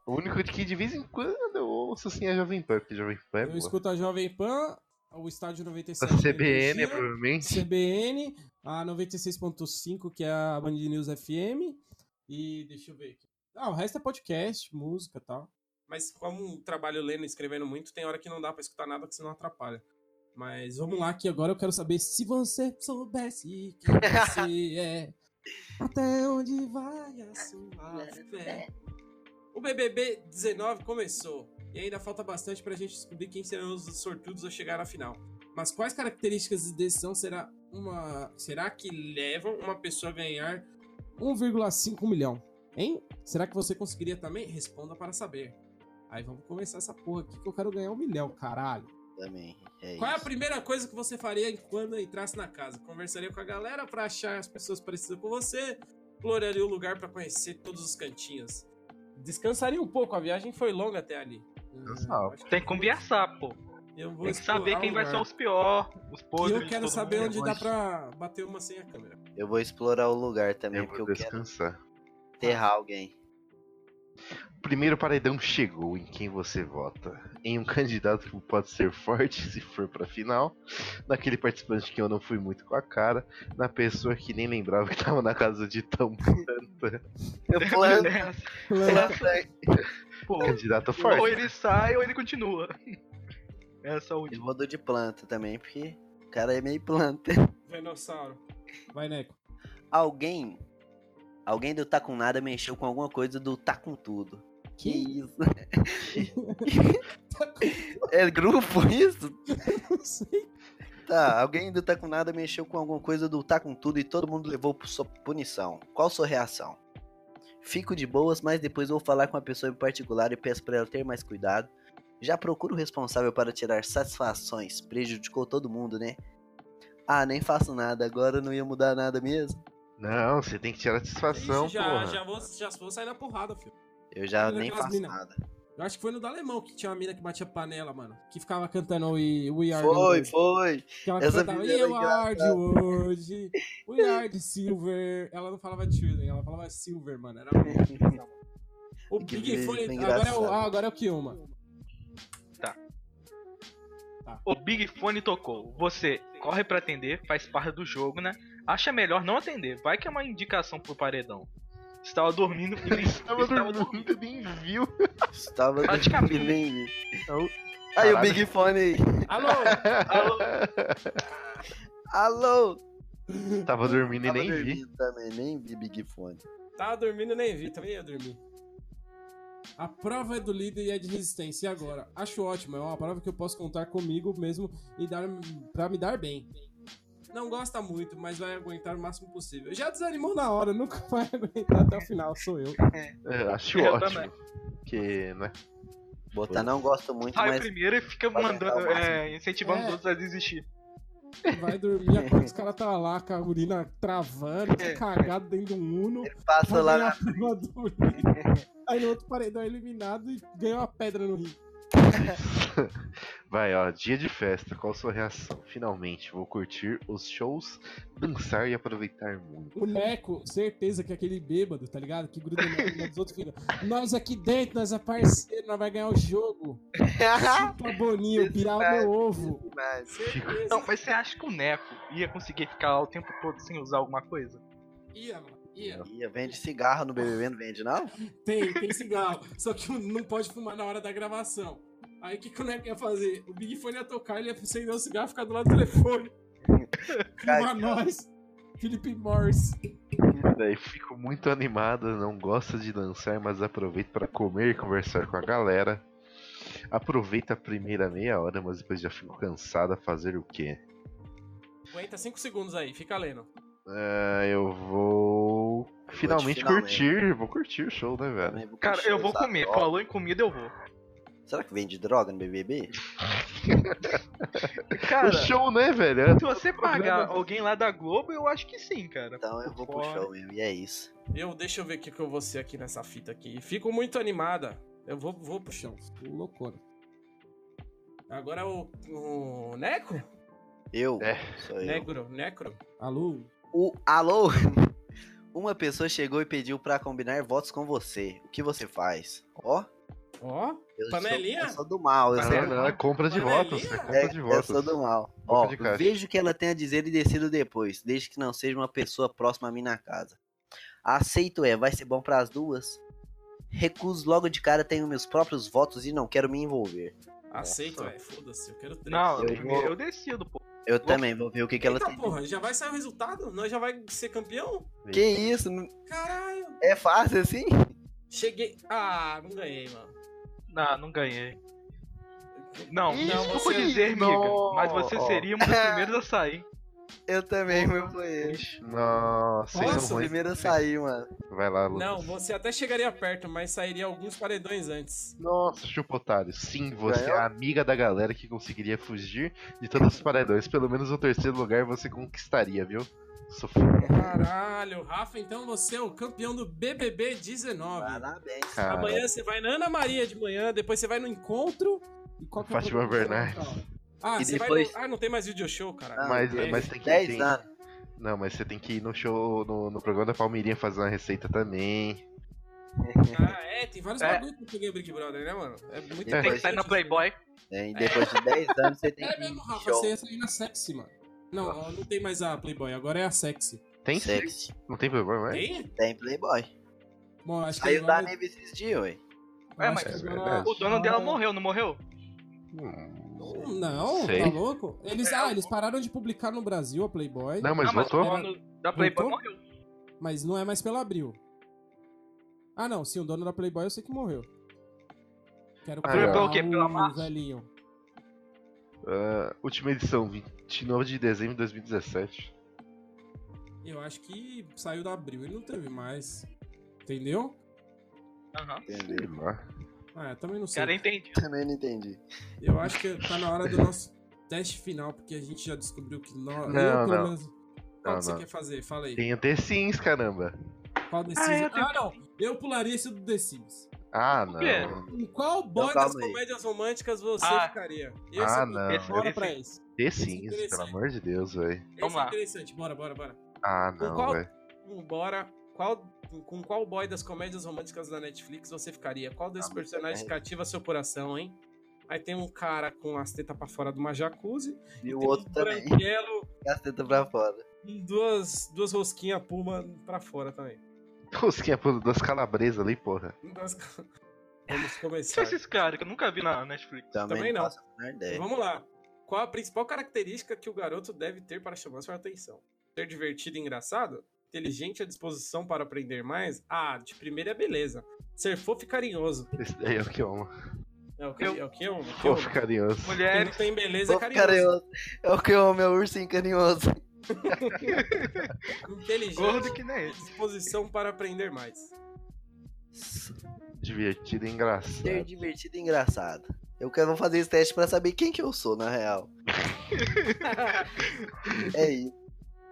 C: O único que de vez em quando eu ouço assim é a Jovem Pan, porque Jovem Pan é
B: eu
C: boa.
B: escuto a Jovem Pan, o Estádio 97.
C: A
B: da
C: CBN,
B: Energia,
C: provavelmente.
B: CBN, a 96.5, que é a Band News FM. E deixa eu ver aqui. Ah, o resto é podcast, música e tal. Mas como trabalho lendo e escrevendo muito, tem hora que não dá pra escutar nada que senão atrapalha. Mas vamos lá, que agora eu quero saber se você soubesse quem você é. Até onde vai a sua fé? O BBB 19 começou. E ainda falta bastante pra gente descobrir quem serão os sortudos a chegar na final. Mas quais características de decisão será uma. Será que levam uma pessoa a ganhar 1,5 milhão? Hein? Será que você conseguiria também? Responda para saber. Aí vamos começar essa porra aqui que eu quero ganhar um milhão, caralho.
D: Também. É
B: Qual é a
D: isso.
B: primeira coisa que você faria quando entrasse na casa? Conversaria com a galera pra achar as pessoas parecidas com você? Exploraria o lugar pra conhecer todos os cantinhos? Descansaria um pouco, a viagem foi longa até ali. Hum,
C: Descansava.
E: Tem que conversar, pô.
B: Eu vou
E: Tem que saber
B: explorar
E: quem
B: o
E: vai
B: lugar.
E: ser os pior, os
B: E
E: podres.
B: eu
E: de
B: quero
E: todo
B: saber
E: mundo.
B: onde dá pra bater uma sem a câmera.
D: Eu vou explorar o lugar também,
B: É
C: Eu
D: porque
C: vou
D: eu
C: descansar.
D: quero enterrar alguém.
C: Primeiro paredão chegou em quem você vota. Em um [LAUGHS] candidato que pode ser forte se for pra final. Naquele participante que eu não fui muito com a cara. Na pessoa que nem lembrava que tava na casa de [LAUGHS] tão
D: Eu
E: [LAUGHS]
D: planto,
C: [LAUGHS]
E: Nessa,
D: planto.
E: É, [LAUGHS] pô.
C: candidato
E: Ou
C: forte.
E: ele sai ou ele continua. [LAUGHS] Essa é a
D: Eu
E: última.
D: vou do de planta também, porque o cara é meio planta.
B: Venossauro. Vai, Neco.
D: Alguém. Alguém do Tá Com Nada mexeu com alguma coisa do Tá Com Tudo. Que
B: Hum.
D: isso?
B: [LAUGHS]
D: [LAUGHS] É grupo isso? Tá, alguém do Tá Com Nada mexeu com alguma coisa do Tá Com Tudo e todo mundo levou por sua punição. Qual sua reação? Fico de boas, mas depois vou falar com uma pessoa em particular e peço pra ela ter mais cuidado. Já procuro o responsável para tirar satisfações. Prejudicou todo mundo, né? Ah, nem faço nada, agora não ia mudar nada mesmo.
C: Não, você tem que tirar
E: Tá
C: satisfação,
B: já,
C: porra.
B: já, vou, já vou sair na porrada, filho.
D: Eu já
B: Olha
D: nem
B: aquelas
D: faço
B: mina.
D: nada.
B: Eu acho que foi no do alemão que tinha uma mina que batia panela, mano. Que ficava cantando We, we Are
D: Foi,
B: Number.
D: foi.
B: Que ela
D: Essa
B: cantava
D: menina era
B: You Are de hoje, We Are de Silver. Ela não falava Children, ela falava Silver, mano.
D: [LAUGHS]
B: Era muito O
D: Que
B: Big foi.
D: beleza,
B: Agora é, o,
D: engraçado.
B: ah, agora é o Kioma.
D: [LAUGHS]
E: O Big Fone tocou. Você corre pra atender, faz parte do jogo, né? Acha melhor não atender. Vai que é uma indicação pro paredão. Estava dormindo [LAUGHS] e nem
C: Tava
E: estava
C: dormindo, nem viu.
D: Estava
E: Praticamente.
D: dormindo.
C: Alô?
D: [LAUGHS] Aí o
C: Caralho.
D: Big Fone aí.
B: Alô!
D: Alô?
C: Tava dormindo e
D: Tava
C: nem vi.
D: dormindo também, nem vi Big Fone.
B: Tava Tá dormindo, nem vi, também ia dormir. A prova é do líder e é de resistência. E agora? Acho ótimo, é uma prova que eu posso contar comigo mesmo e dar para me dar bem. Não gosta muito, mas vai aguentar o máximo possível. Já desanimou na hora, nunca [LAUGHS] vai aguentar até o final, sou eu.
C: É, acho
E: Eu
C: ótimo. Porque, né?
D: Botar não gosto muito,
E: Sai
D: mas
E: primeiro e fica
D: Vai
E: mandando,
D: tentar o máximo.
E: é, incentivando
B: É.
E: todos a desistir.
B: Vai dormir, acorda, os caras tá lá com a urina travando, tá cagado dentro de um Uno.
D: Passa
B: vai
D: lá
B: ganhar
D: na.
B: a prova do
D: [LAUGHS]
B: Uno. Aí no outro paredão é eliminado e ganha uma pedra no rim.
C: Vai, ó, dia de festa, qual sua reação? Finalmente, vou curtir os shows, dançar e aproveitar muito.
B: O Neco, certeza que é aquele bêbado, tá ligado? Que gruda na urina dos outros e fica. Nós aqui dentro, nós é parceiro, nós vai ganhar o jogo. Chupa Boninho, pirar o meu ovo.
D: Mas,
B: Certeza.
E: [LAUGHS] Não, mas você acha que o Neco ia conseguir ficar lá o tempo todo sem usar alguma coisa?
B: Ia, mano, ia.
D: ia, vende cigarro no BBB, não vende, não?
B: Tem, tem cigarro. Só que não pode fumar na hora da gravação. Aí o que, que o Neco ia fazer? O Big Fone ia tocar, ele ia acender o cigarro e ficar do lado do telefone. Filma
D: Cara,
B: nós. Felipe Morris.
C: Daí né, fico muito animada, não gosto de dançar, mas aproveito para comer e conversar com a galera. Aproveito a primeira meia hora, mas depois já fico cansada. Fazer o quê?
B: Aguenta 5 segundos aí, fica lendo.
C: Ah, eu vou finalmente,
D: finalmente.
C: curtir, vou curtir o show, né, velho?
D: também vou
E: Cara,
D: curtir
E: eu vou
D: essa
E: comer.
D: droga.
E: Falou em comida, eu vou.
D: Será que vende droga no BBB?
E: Cara,
C: O show, né,
D: tá
C: velho?
E: se você pagar alguém lá da Globo, eu acho que sim, cara.
D: Então eu vou pro
E: Fora.
D: show mesmo, e é isso.
B: Eu, deixa eu ver o que, que eu vou ser aqui nessa fita aqui. Fico muito animada. Eu vou, vou pro chão. Loucura. Agora o, o Neco?
D: Eu
C: É.
D: sou eu.
B: Negro, Necro. Alô?
D: O alô? [LAUGHS] Uma pessoa chegou e pediu pra combinar votos com você. O que você faz? Ó,
B: Ó,
D: eu
B: Panelinha?
D: sou, eu sou do mal, eu
C: Ah,
D: sou,
C: não, não, é compra de
B: Panelinha?
C: votos, é compra
D: é,
C: de
D: eu
C: votos.
D: sou do mal.
C: Boca
D: Ó,
C: de caixa.
D: vejo o que ela tem a dizer e decido depois, desde que não seja uma pessoa próxima a mim na casa. Aceito é, vai ser bom pras duas? Recuso logo de cara, tenho meus próprios votos e não quero me envolver.
B: aceito, é. Foda-se, eu quero três.
E: Não,
D: Eu
E: eu,
D: vou-
E: eu decido, pô.
D: Eu também vou ver o que, que ela
B: Eita
D: tem.
B: porra, já vai sair o resultado? Nós já vai ser campeão?
D: Que isso? Não-
B: Caralho.
D: É fácil assim?
B: Cheguei. Ah, não ganhei, mano.
E: Não, não ganhei. Não,
C: Ih,
E: não vou
C: não.
E: dizer, miga. Mas você seria um dos primeiros a sair.
D: Eu também, meu foi
E: Ixi.
C: Nossa, vocês
B: Nossa,
C: são ruins.
D: Primeiro eu saí, mano.
C: Vai lá, Lucas.
B: Não, você até chegaria perto, mas sairia alguns paredões antes.
C: Nossa, chupa otário. Sim, você
D: Ganhou?
C: é a amiga da galera que conseguiria fugir de todos os paredões. Pelo menos o terceiro lugar você conquistaria, viu? Sou
D: Uhum.
C: foda.
B: Caralho, Rafa, então você é o campeão do BBB 19.
D: Parabéns.
C: Cara,
B: Amanhã você vai na Ana Maria de manhã, depois você vai no encontro e qual que é o
C: Fátima
B: programa
C: Bernardes.
B: local? Ah,
D: E
B: você
D: depois-
B: vai no... Ah, não tem mais video show, cara.
D: Ah,
C: mas,
B: é.
C: mas tem que
D: 10
C: tem-
D: anos. [LAUGHS]
C: Não, mas você tem que ir no show, no, no programa da Palmeirinha fazer uma receita também.
B: Ah, é, tem vários
E: É.
B: bagulho que peguei o Big Brother, né, mano? É muito
D: Tem
E: [LAUGHS] Tem que sair na Playboy.
D: né? E depois de 10 anos você tem
B: É
D: que ir
B: mesmo,
D: no
B: Rafa,
D: show.
B: você ia sair na sexy, mano. Não, não tem mais a Playboy, agora é a sexy.
C: Tem sim.
D: Sexy.
C: Não tem problema, né?
B: Tem?
D: Tem Playboy.
B: Bom, acho que
D: Aí o da
B: agora...
D: Neve esses dias, ué.
E: É,
B: acho
E: mas
B: que
C: é
B: agora-
E: O dono dela morreu, não morreu?
C: Hum,
B: Não,
C: Sei.
B: tá louco? Eles,
E: É,
B: ah,
E: eu-
B: eles pararam de publicar no Brasil a Playboy,
C: Não, mas
E: Ah, o
C: voltou.
E: dono da Playboy
B: Voltou?
E: morreu.
B: mas não é mais pela Abril. Ah, não, sim, o dono da Playboy eu sei que morreu. Quero
C: Abril é
B: comprar
E: pelo Ah, então quê? Pela
B: um
E: Marvel?
B: velhinho.
C: Ah, última edição, 29 de dezembro de 2017.
B: Eu acho que saiu da Abril e não teve mais. Entendeu?
E: Aham.
C: Sei
D: Entendeu?
C: lá.
B: Ah, eu também não sei.
E: Cara, entendi.
D: Também não entendi.
B: Eu acho que tá na hora do nosso teste final, porque a gente já descobriu que nós.
C: Não,
B: eu, pelo
C: não.
B: menos. Qual
C: Não,
B: que você
C: não.
B: quer fazer? Fala aí.
C: Tem o The Sims, caramba.
B: Qual The
E: Ah,
B: Sims?
E: eu
B: Ah,
E: tenho-
B: não. Eu pularia esse do The Sims.
C: Ah,
E: Por quê?
C: não.
B: Em qual boy
D: calma
B: das
D: aí.
B: comédias românticas você
E: Ah.
B: ficaria?
C: Ah,
B: eu-
C: não.
E: esse- é
B: Bora
E: esse-
B: pra esse.
C: The
B: Esse é
C: Sims,
B: interessante.
C: pelo amor de Deus, velho.
B: Esse
E: Vamos
B: é
E: lá.
B: interessante. Bora, bora, bora.
C: Ah,
B: Com
C: não,
B: qual-
C: velho.
B: Bora. Qual, com qual boy das comédias românticas da Netflix você ficaria? Qual desses
D: Ah,
B: personagens
D: é.
B: cativa seu coração, hein? Aí tem um cara com as tetas pra fora de uma jacuzzi.
D: E o
B: tem
D: outro
B: um
D: também.
B: branquelo
D: Caceta pra fora.
B: e duas, duas rosquinhas puma pra fora também.
C: Rosquinha pô, é das calabresas ali, porra.
B: Nós- [LAUGHS] Vamos
D: [LAUGHS]
E: São
B: começar.
E: esses caras que eu nunca vi na Netflix.
D: Também,
B: Também não.
D: não faço é. a menor ideia.
B: Vamos lá. Qual a principal característica que o garoto deve ter para chamar sua atenção? Ser divertido e engraçado? Inteligente e à disposição para aprender mais? Ah, de primeira é beleza. Ser fofo e carinhoso.
C: Esse daí é o que ama.
B: É o que
E: Eu-
B: é o que eu, é o que eu-
C: Fofo carinhoso.
B: Quem não
E: Mulheres.
B: tem beleza é
D: Vou
B: carinhoso.
D: carinhoso. É o que o meu ursinho carinhoso.
B: Inteligente
E: Gordo que é nem
B: e
E: ele.
B: disposição para aprender mais.
C: Divertido e
B: [LAUGHS]
C: engraçado.
D: Ser divertido e engraçado. Eu quero vou fazer esse teste pra saber quem que eu sou, na real. É isso.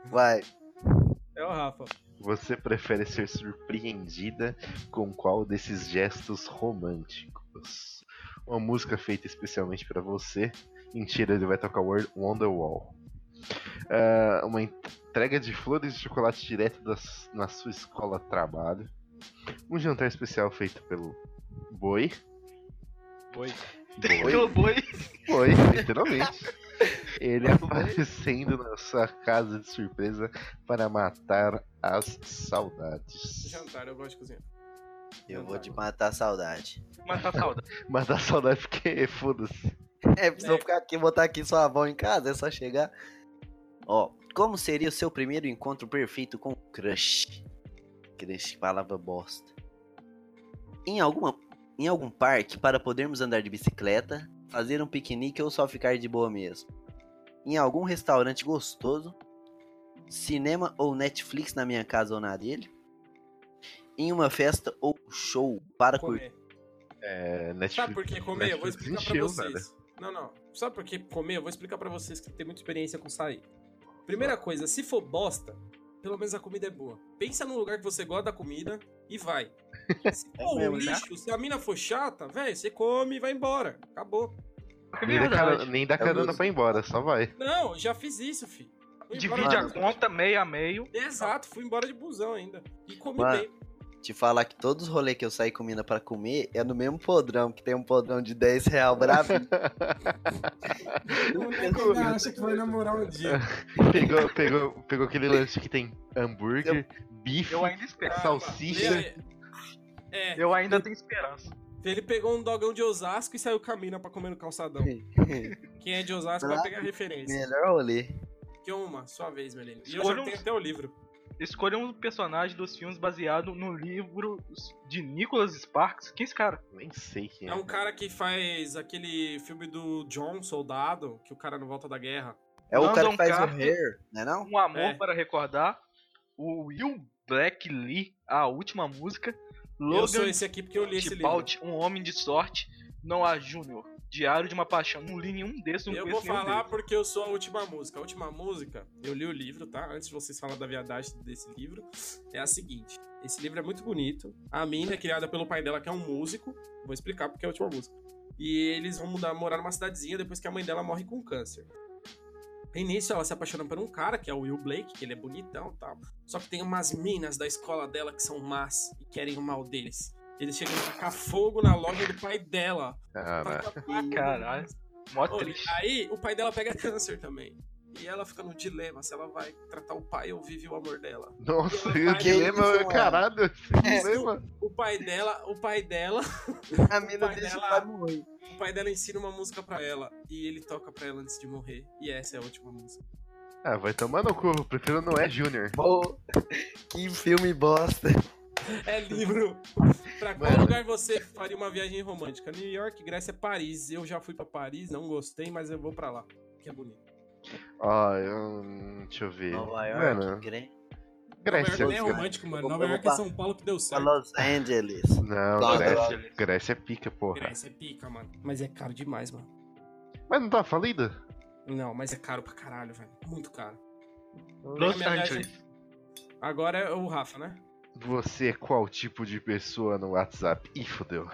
D: Vai.
B: É o Rafa.
C: Você prefere ser surpreendida com qual desses gestos românticos? Uma música feita especialmente pra você. Mentira, ele vai tocar Word Wonderwall. Ah, uma entrega de flores de chocolate direto das- na sua escola trabalho. Um jantar especial feito pelo boi.
E: Boi. [LAUGHS] Pelo
C: Boi,
E: boi.
B: [LAUGHS]
C: boi literalmente. Ele aparecendo na sua casa de surpresa para matar as saudades.
B: Jantar, eu gosto de cozinhar.
D: Eu vou te matar a saudade.
E: Matar
B: [LAUGHS]
E: saudade.
C: Mas dá saudade porque foda-se.
D: É, precisou ficar aqui, botar aqui sua avó em casa, é só chegar. Ó, como seria o seu primeiro encontro perfeito com o crush? Crush, palavra bosta. Em, alguma, em algum parque para podermos andar de bicicleta, fazer um piquenique ou só ficar de boa mesmo. Em algum restaurante gostoso, cinema ou Netflix na minha casa ou na dele. Em uma festa ou show para curtir.
B: Comer.
C: É, Netflix.
B: Sabe por que comer? Eu vou
C: Netflix
B: explicar pra
C: encheu,
B: vocês. Não, não. Sabe por que comer? Eu vou explicar pra vocês que tem muita experiência com sair. Primeira coisa, se for bosta, pelo menos a comida é boa. Pensa num lugar que você gosta da comida e vai. Se for um
E: mesmo, né?
B: lixo, se a mina for chata, velho, você come e vai embora. Acabou.
C: cara. Nem dá,
E: Verdade.
C: carona, nem dá
D: É
C: carona
D: mesmo.
C: pra ir embora, só vai.
B: Não, eu já fiz isso, filho. Fui embora
E: Divide
B: de
E: a
B: busão.
E: conta meio a meio.
B: Exato, fui embora de busão ainda. E comi
D: Mano,
B: bem.
D: te falar que todos os rolês que eu saí comida pra comer é no mesmo podrão, que tem um podrão de 10 real bravo.
B: O nego ainda acha que vai namorar um dia.
C: Pegou, pegou, pegou aquele lanche que tem hambúrguer, bife,
E: Eu ainda espero.
B: Calma,
C: salsicha.
B: vê aí. É,
E: Eu ainda tenho esperança.
B: Ele pegou um dogão de Osasco e saiu caminho pra comer no calçadão. Quem é de Osasco vai pegar a referência.
D: Melhor rolê.
B: Que uma, sua vez, Melina. E eu
E: Escolha
B: já
E: um-
B: tenho até o livro.
E: Escolha um personagem dos filmes baseado no livro de Nicholas Sparks. Quem é esse cara?
C: Nem sei quem é.
B: É um cara que faz aquele filme do John Soldado, que o cara não volta da guerra.
D: É o
E: London
D: cara que faz o
E: Carter.
D: hair, não é não?
E: Um Amor
B: É.
E: para Recordar. O Will Black Lee, a última música.
B: eu sou
E: Logan
B: esse aqui porque eu li esse livro.
E: Tipalt, Um Homem de Sorte. Noah Júnior. Diário de uma Paixão. Não li nenhum desses, não
B: Eu vou
E: conheço nenhum
B: falar
E: deles.
B: porque eu sou a última música. A última música, eu li o livro, tá? Antes de vocês falarem da viadagem desse livro, é a seguinte. Esse livro é muito bonito. A mina é criada pelo pai dela, que é um músico. Vou explicar porque é a última música. E eles vão mudar, morar numa cidadezinha depois que a mãe dela morre com câncer. E nisso ela se apaixona por um cara, que é o Will Blake, que ele é bonitão e tal. Só que tem umas minas da escola dela que são más e querem o mal deles. Eles chegam a tacar fogo na loja do pai dela.
C: Cara,
E: Caralho. Mó
B: Ô,
E: triste.
B: Aí o pai dela pega câncer também. E ela fica no dilema se ela vai tratar o pai ou vive o amor dela.
C: Nossa,
B: Que
C: o dilema,
D: isso, mano?
C: caralho, esse
D: É.
C: dilema.
B: O pai dela, o pai dela,
D: A mina
B: pai
D: deixa o
B: dela-
D: pai morrer.
B: o pai dela ensina uma música pra ela e ele toca pra ela antes de morrer. E essa é a última música.
C: Ah, vai tomar no cu, eu prefiro não é Júnior.
D: Pô, que filme bosta.
B: É livro. pra qual
C: Mano.
B: lugar você faria uma viagem romântica? New York, Grécia, Paris. Eu já fui pra Paris, não gostei, mas eu vou pra lá, que é bonito.
C: Ó, hum, deixa eu ver.
D: Nova
C: Mano,
D: York, Gran-
C: Grécia.
B: Nova York não é
C: Grécia.
B: romântico, mano.
D: Eu
B: Nova
D: vou
B: York é
D: pra-
B: São Paulo que deu certo.
D: Los Angeles.
C: Não,
D: Nova
C: Grécia.
E: York.
C: Grécia é pica, porra.
B: Grécia é pica, mano. Mas é caro demais, mano.
C: Mas não tá falida?
B: Não, mas é caro pra caralho, velho. Muito caro.
E: Los
B: Minha viagem-
E: Angeles.
B: Agora é o Rafa, né?
C: Você é qual tipo de pessoa no WhatsApp? Ih, fodeu.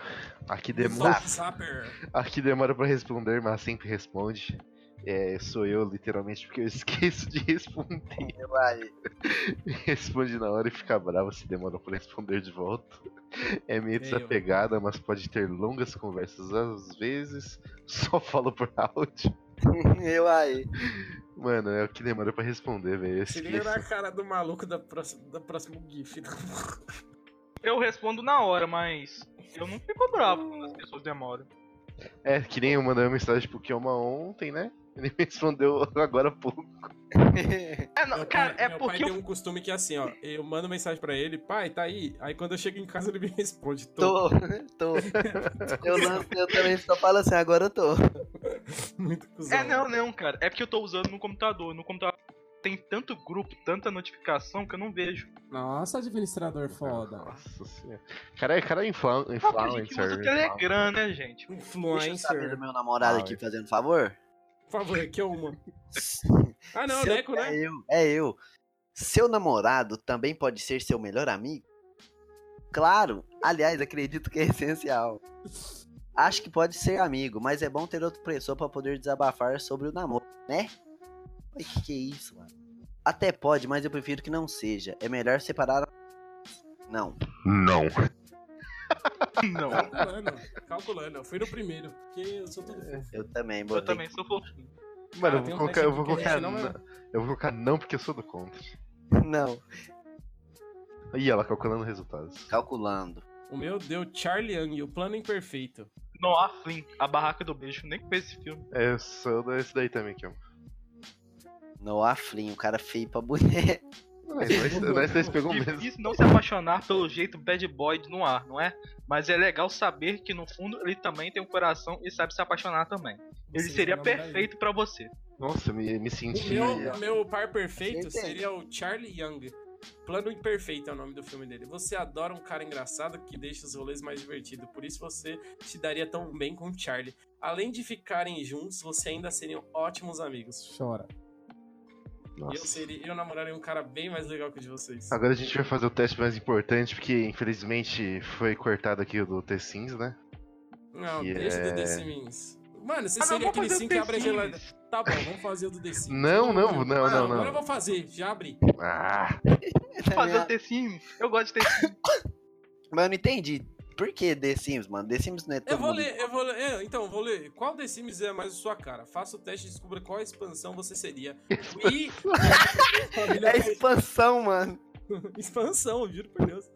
C: Aqui demora,
B: Zap, Zapper.
C: aqui demora pra responder, mas sempre responde. É, sou eu, literalmente, porque eu [LAUGHS] esqueço de responder.
D: Eu acho.
C: [LAUGHS] Responde na hora e fica bravo se demora pra responder de volta. É meio
B: eu.
C: desapegada, mas pode ter longas conversas às vezes. [LAUGHS] Só falo por áudio.
D: Eu aí.
C: Mano, é o que demora pra responder, velho. Eu
B: Se liga
C: esqueço.
B: na cara do maluco da próxima, da próxima GIF.
E: Eu respondo na hora, mas eu não fico bravo quando as pessoas demoram.
C: É, que nem eu mandei uma mensagem pro Kioma ontem, né? Ele me respondeu agora há pouco.
E: É, não,
B: Meu
E: cara,
B: pai,
E: é
B: meu
E: porque
B: pai
E: eu
B: tem um costume que é assim, ó. Eu mando mensagem pra ele, pai, tá aí. Aí quando eu chego em casa ele me responde. Tô.
D: Tô, tô. Eu, não, eu também só falo assim, agora eu tô.
B: Muito cuzão.
E: É, não, não, cara. É porque eu tô usando no computador. No computador tem tanto grupo, tanta notificação que eu não vejo.
B: Nossa, administrador foda.
C: Nossa senhora. Cara, é- cara é infla-
E: Só que a gente usa
C: influencer.
E: o Telegram, né, gente? [LAUGHS]
D: Deixa eu saber
B: Influencer.
D: do meu namorado
C: Ah,
D: aqui,
C: é.
D: fazendo favor.
B: Por favor, aqui é uma. Ah, não,
D: Seu-
B: Deco, né?
D: É eu, é eu. Seu namorado também pode ser seu melhor amigo? Claro. Aliás, acredito que é essencial. Acho que pode ser amigo, mas é bom ter outra pessoa pra poder desabafar sobre o namoro, né? Ai, que que é isso, mano? Até pode, mas eu prefiro que não seja. É melhor separar. a- Não.
C: Não.
E: Não.
B: Calculando, calculando. Eu fui no primeiro, porque eu sou tudo fofo.
D: Eu também, botei.
E: Eu também sou fofinho.
C: Mano,
B: Ah,
C: eu
B: tem
C: vou
B: um
C: colocar. Eu vou
B: teste aqui que né? a
C: colocar.
B: gente não
C: Não,
B: vai-
C: eu vou colocar não porque eu sou do contra.
D: [LAUGHS] Não.
C: Ih, ela calculando resultados.
D: Calculando.
B: O meu deu Charlie Young, o plano imperfeito.
E: Não há fim. A barraca do beijo. Nem fez esse filme.
C: É, eu sou desse daí também, que eu.
D: No Aflin, o cara é feio pra [LAUGHS] boneca.
C: Nós, nós, nós dois pegou mesmo.
E: Difícil não se apaixonar pelo jeito bad boy de Noir, não é? Mas é legal saber que no fundo ele também tem um coração e sabe se apaixonar também. Ele
B: Vocês
E: seria
B: vão namorar
E: perfeito pra você.
C: Nossa, me, me
B: ele. O
C: senti.
B: meu, o meu par perfeito
D: Certeza.
B: seria o Charlie Young. Plano Imperfeito é o nome do filme dele. Você adora um cara engraçado que deixa os rolês mais divertidos, por isso você se daria tão bem com o Charlie. Além de ficarem juntos, você ainda seriam ótimos amigos. Chora. E eu,
C: Nossa.
B: seria, eu namoraria um cara bem mais legal que o de vocês.
C: Agora a gente vai fazer o teste mais importante, porque infelizmente foi cortado aqui o do T-Sims, né?
B: Não,
C: que
B: deixa
C: é-
B: do The Sims. Mano, você
E: Ah, não,
B: seria
E: vou
B: aquele
E: fazer o
B: sim que abre a
E: T-Sims.
B: geladeira. Tá bom, vamos fazer o do The Sims.
C: Não, não,
B: Agora-
C: não,
B: Ah,
C: não,
B: Agora eu
C: não.
B: vou fazer, já abri.
C: Ah,
E: Fazer o The Sims. Eu gosto de The Sims.
D: Mas eu não entendi. Por que The Sims, mano? The Sims não é todo
B: Eu vou
D: mundo
B: ler, eu vou ler. é, então, eu vou ler. Qual The Sims é mais a sua cara? Faça o teste e descubra qual expansão você seria.
D: [LAUGHS]
B: E. Família
D: É expansão, mano.
B: Expansão, juro por Deus.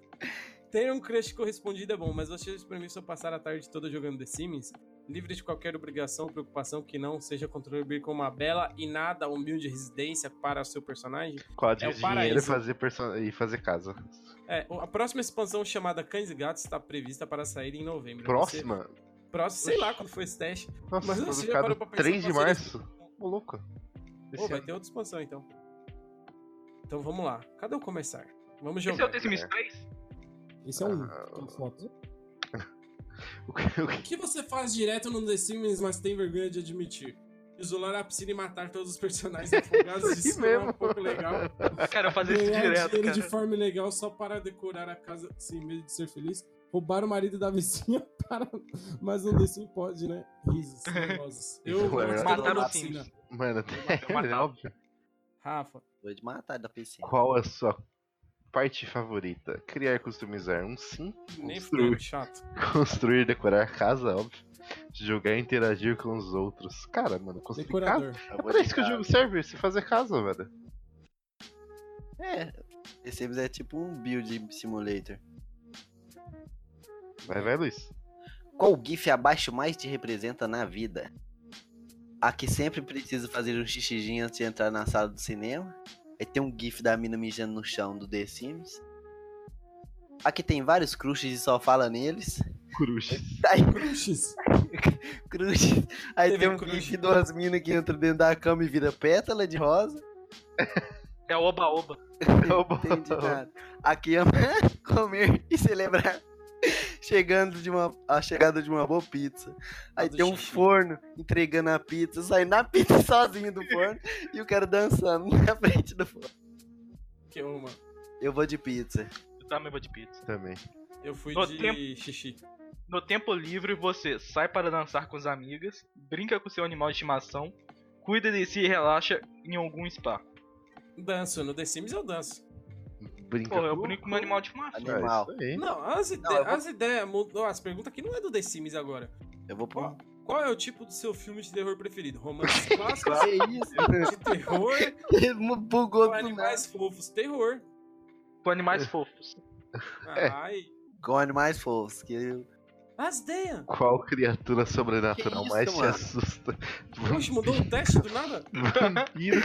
B: Ter um crush correspondido é bom, mas vocês permitem passar a tarde toda jogando The Sims? Livre de qualquer obrigação ou preocupação que não seja contribuir com uma bela e nada humilde residência para o seu personagem?
C: quadro
B: É o
C: de dinheiro e
B: paraíso.
C: fazer, perso- e fazer casa.
B: É, o- a próxima expansão chamada Cães e Gatos está prevista para sair em novembro.
C: Próxima?
B: Você- próximo, sei lá quando foi esse teste.
C: Nossa,
B: Mas
C: foi
B: você já
C: ficado
B: parou pra pensar
C: 3 de
B: qual seria a
C: março.
B: expansão?
C: Ô, louco. Esse é
B: Pô, vai
C: ano.
B: ter outra expansão então. Então vamos lá. Cadê eu começar? Vamos
E: Esse é
B: jogar.
E: o The Sims 3?
B: Esse
C: é um, Ah. com
B: fotos.
C: O que- o que-
B: O que você faz direto no The Sims, mas tem vergonha de admitir? Isolar a piscina e matar todos os
E: [LAUGHS]
B: personagens afogados,
C: Isso aí
B: isso não é um
C: mesmo.
B: pouco legal.
E: Cara, eu fazia isso
B: Ganhar
E: direto,
B: dinheiro de
E: cara.
B: forma ilegal só para decorar a casa sem medo de ser feliz. Roubar o marido da vizinha [LAUGHS] para... Mas no The Sims pode, né?
E: [LAUGHS]
B: Risos, nervosos. Eu vou
C: Mataram
B: matar
D: o
B: a
E: Sims.
B: piscina.
C: [LAUGHS] Mano, é
E: matava.
C: óbvio.
B: Rafa.
D: Vou te matar da PC.
C: Qual a sua parte favorita? Criar e customizar um sim. [LAUGHS]
B: Nem
C: Construir.
B: fudeu, chato.
C: Construir, decorar a casa, óbvio. Jogar e interagir com os outros. Cara, mano, construir casa.
B: Decorador.
D: Eu
C: É
D: vou
C: pra isso que o
D: ligar.
C: jogo serve, se fazer casa, velho.
D: É. The Sims é tipo um build simulator.
C: Vai, vai, Luiz.
D: Qual GIF abaixo mais te representa na vida? A que sempre precisa fazer um xixizinho antes de entrar na sala do cinema? Aí tem um GIF da mina mijando no chão do The Sims. A que tem vários crushes e só fala neles. [LAUGHS]
C: [LAUGHS] Cruz.
D: Aí
B: Cruxes.
D: cruz. Aí
B: Teve
D: tem um
B: cruz.
D: GIF de duas minas que entram dentro da cama e vira pétala de rosa.
E: É oba-oba.
C: Tá
D: Entendi nada. Aqui ama [LAUGHS] comer e celebrar. Chegando de uma, a chegada de uma boa pizza. Aí
B: Do
D: tem um
B: xixi.
D: forno entregando a pizza, saindo a pizza [LAUGHS] sozinho do forno e o cara dançando [LAUGHS] na frente do forno.
B: Que é uma.
D: Eu vou de pizza.
E: Eu também vou de pizza.
C: Também.
B: Eu fui
E: No
B: de xixi.
E: No tempo livre, você sai para dançar com as amigas, brinca com seu animal de estimação, cuida de si e relaxa em algum spa.
B: Danço. No The Sims eu danço.
C: Brinca.
E: Porra, eu brinco com meu animal de estimação.
C: É,
D: Animal.
C: isso aí.
B: Não, as, ide
D: Não, eu vou-
B: as ideias mudou. As perguntas aqui não é do The Sims agora.
D: Eu vou [LAUGHS] pro.
B: Qual é o tipo do seu filme de terror preferido?
D: [LAUGHS]
B: Romances clássicos?
D: Que isso?
B: de terror
D: [LAUGHS] Ele mu- bugou
B: ou
D: do nada.
B: animais fofos? Terror.
E: Com animais fofos.
D: É.
B: Ai.
D: Com animais fofos. Que eu...
B: As ideias.
C: Qual criatura sobrenatural
D: Que isso,
C: mais
D: mano?
C: te assusta?
B: Poxa, mudou o teste do nada?
C: Vampiro.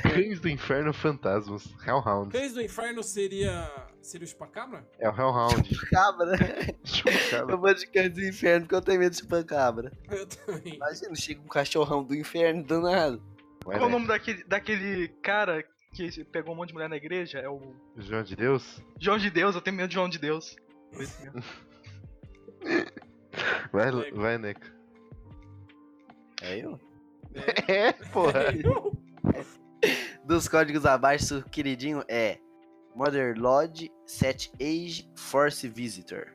C: Cães do inferno fantasmas. Hellhound.
B: Cães do Inferno seria. Seria o Chupacabra?
C: É o Hellhound.
D: Cabra.
C: Chupacabra.
D: Eu vou de cães do inferno porque eu tenho medo de chupacabra.
B: Eu
D: [LAUGHS]
B: também.
D: Imagina, chega um cachorrão do inferno do nada.
C: Vai,
E: Qual é o
C: né?
E: nome daquele, daquele cara que pegou um monte de mulher na igreja? É o
C: João de Deus?
E: João de Deus, eu tenho medo de João de Deus. Por isso mesmo.
C: Vai,
B: Neco.
C: vai Neco.
D: [LAUGHS] É eu?
C: É, porra.
D: Dos códigos abaixo, o queridinho é Mother Lodge, Set Age, Force Visitor.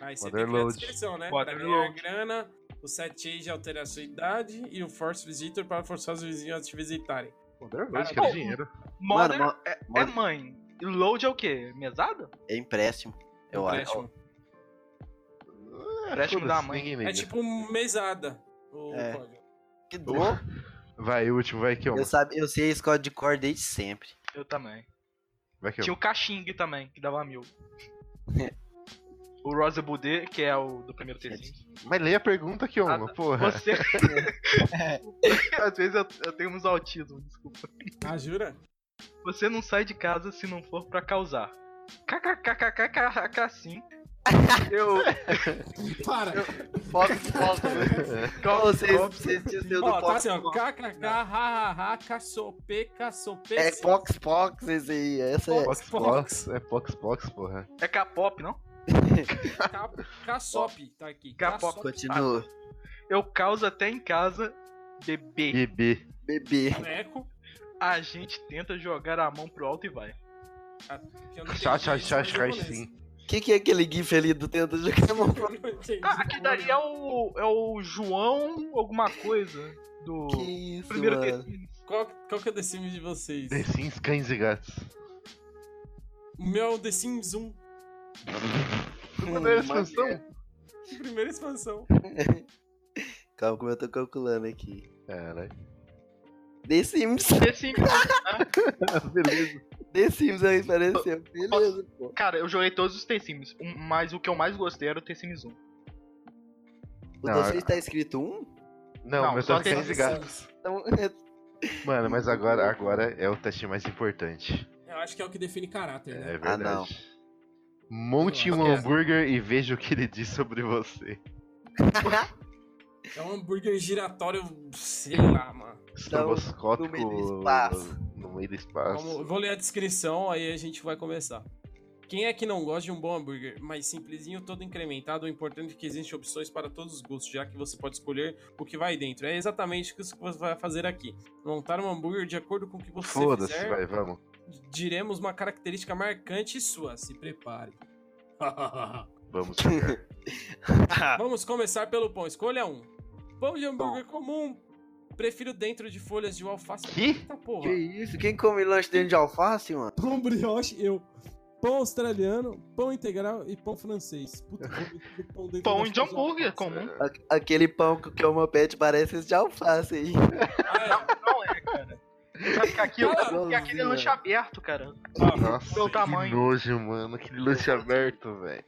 B: Aí você tem
C: Mother
B: que ler a
C: load.
B: descrição, né?
E: Mother
B: Pra ganhar
E: load.
B: grana, o set age altera a sua idade e o force visitor para forçar os vizinhos a te visitarem.
C: Poder
B: Cara,
C: Lodge, que é
E: bom.
C: dinheiro.
E: Mother
D: Mano, mo-
E: é, é
D: mother-
E: mãe. E load é o quê? Mesada?
D: É empréstimo, eu acho.
B: Empréstimo.
C: Ah,
E: Empréstimo da
C: foda-se,
E: mãe.
C: ninguém
B: É
C: liga.
B: tipo mesada. O
D: É.
B: código.
D: Que dor.
C: Vai, o último, vai, Kion.
D: Eu, sabe, eu sei esse código de cor desde sempre.
E: Eu também.
C: Vai, Kion.
E: Tinha o Caxing também, que dava mil. o Rosa Budê, que é o do primeiro tezinho.
C: Mas lê a pergunta, Kion,
E: Ah, tá.
C: porra.
E: Você. Às vezes eu, eu tenho uns autismo, desculpa.
B: Ah, jura?
E: Você não sai de casa se não for pra causar. KKKKKKK sim. Eu.
B: Para!
D: Foto, foto. [LAUGHS]
E: Calma,
D: Vocês,
E: calma.
D: vocês desceu do
B: Ó, tá
D: Pox
B: assim, ó.
D: Pox.
B: KKK, hahaha, caçopê, caçopê.
D: É Pox Pox esse aí. Essa é.
C: Pox Pox, é Pox Pox, porra.
E: É K-pop, não?
B: Ca- Caçop, tá aqui.
E: Capó.
B: Caçop.
D: Continua.
E: Eu causo até em casa, bebê.
C: Bebê.
D: Bebê.
B: Eco,
E: A gente tenta jogar a mão pro alto e vai.
B: que eu não
C: Chá,
B: entendi
C: chá,
B: isso,
C: chá,
B: mas eu vou
C: chá,
B: nessa.
C: sim.
D: O que, que é aquele gif ali do tenta jogar a mão pro
B: Eu não entendi.
E: Ah, aqui daí é o. é o João alguma coisa. Do.
D: Que isso,
E: primeiro
D: mano.
E: TC.
B: Qual, qual que é o The Sims de vocês?
C: The Sims, cães e gatos.
B: O meu é o The Sims 1,
D: Hum,
C: Primeira expansão.
B: primeira expansão.
D: Calma como eu tô calculando aqui.
C: Caralho.
D: The Sims. [LAUGHS]
E: The Sims.
C: Beleza.
D: The Sims aí apareceu. Beleza, pô.
E: Cara, eu joguei todos os T-Sims, um- mas o que eu mais gostei era o um. T-Sims 1.
D: O
C: Não,
D: The Sims tá escrito um?
C: Não,
E: Não,
C: meu
E: só
C: só
E: tem
C: cães e
E: The
C: gatos.
B: [LAUGHS]
D: Então,
C: Mano, mas agora,
E: Uhum.
C: agora é o teste mais importante.
B: Eu acho que é o que define caráter, né?
C: É
D: Ah, não.
C: verdade. Monte um
E: É.
C: hambúrguer e veja o que ele diz sobre você.
B: É um hambúrguer giratório, sei lá, mano.
D: Então,
C: Estroboscópico
D: no meio do espaço.
C: No meio do espaço.
B: Vamos- vou ler a descrição, aí a gente vai começar. Quem é que não gosta de um bom hambúrguer? Mas simplesinho, todo incrementado, o importante é que existem opções para todos os gostos, já que você pode escolher o que vai dentro. É exatamente isso que você vai fazer aqui. Montar um hambúrguer de acordo com o que você
C: Foda-se,
B: fizer,
C: vai, vamos.
B: diremos uma característica marcante sua. Se prepare.
C: Vamos
E: [LAUGHS]
C: jogar.
B: Vamos começar pelo pão. Escolha um. Pão de hambúrguer comum. Prefiro dentro de folhas de alface.
C: Que?
B: Eita porra.
D: que isso? Quem come lanche dentro de alface, mano?
B: Pão brioche, eu. Pão australiano, pão integral e pão francês. Puta, vou meter pão dentro
E: Pão
B: das
E: de
B: coisas.
E: hambúrguer comum.
D: A- Aquele pão que o Kelmopet parece esse de alface aí.
B: Ah, é.
E: Não é, cara. Sabe que aqui,
D: Caramba,
E: que aquele lanche
D: mano.
E: aberto, cara.
C: Nossa,
E: Meu
C: que
E: tamanho.
C: nojo, mano. Aquele lanche aberto, velho.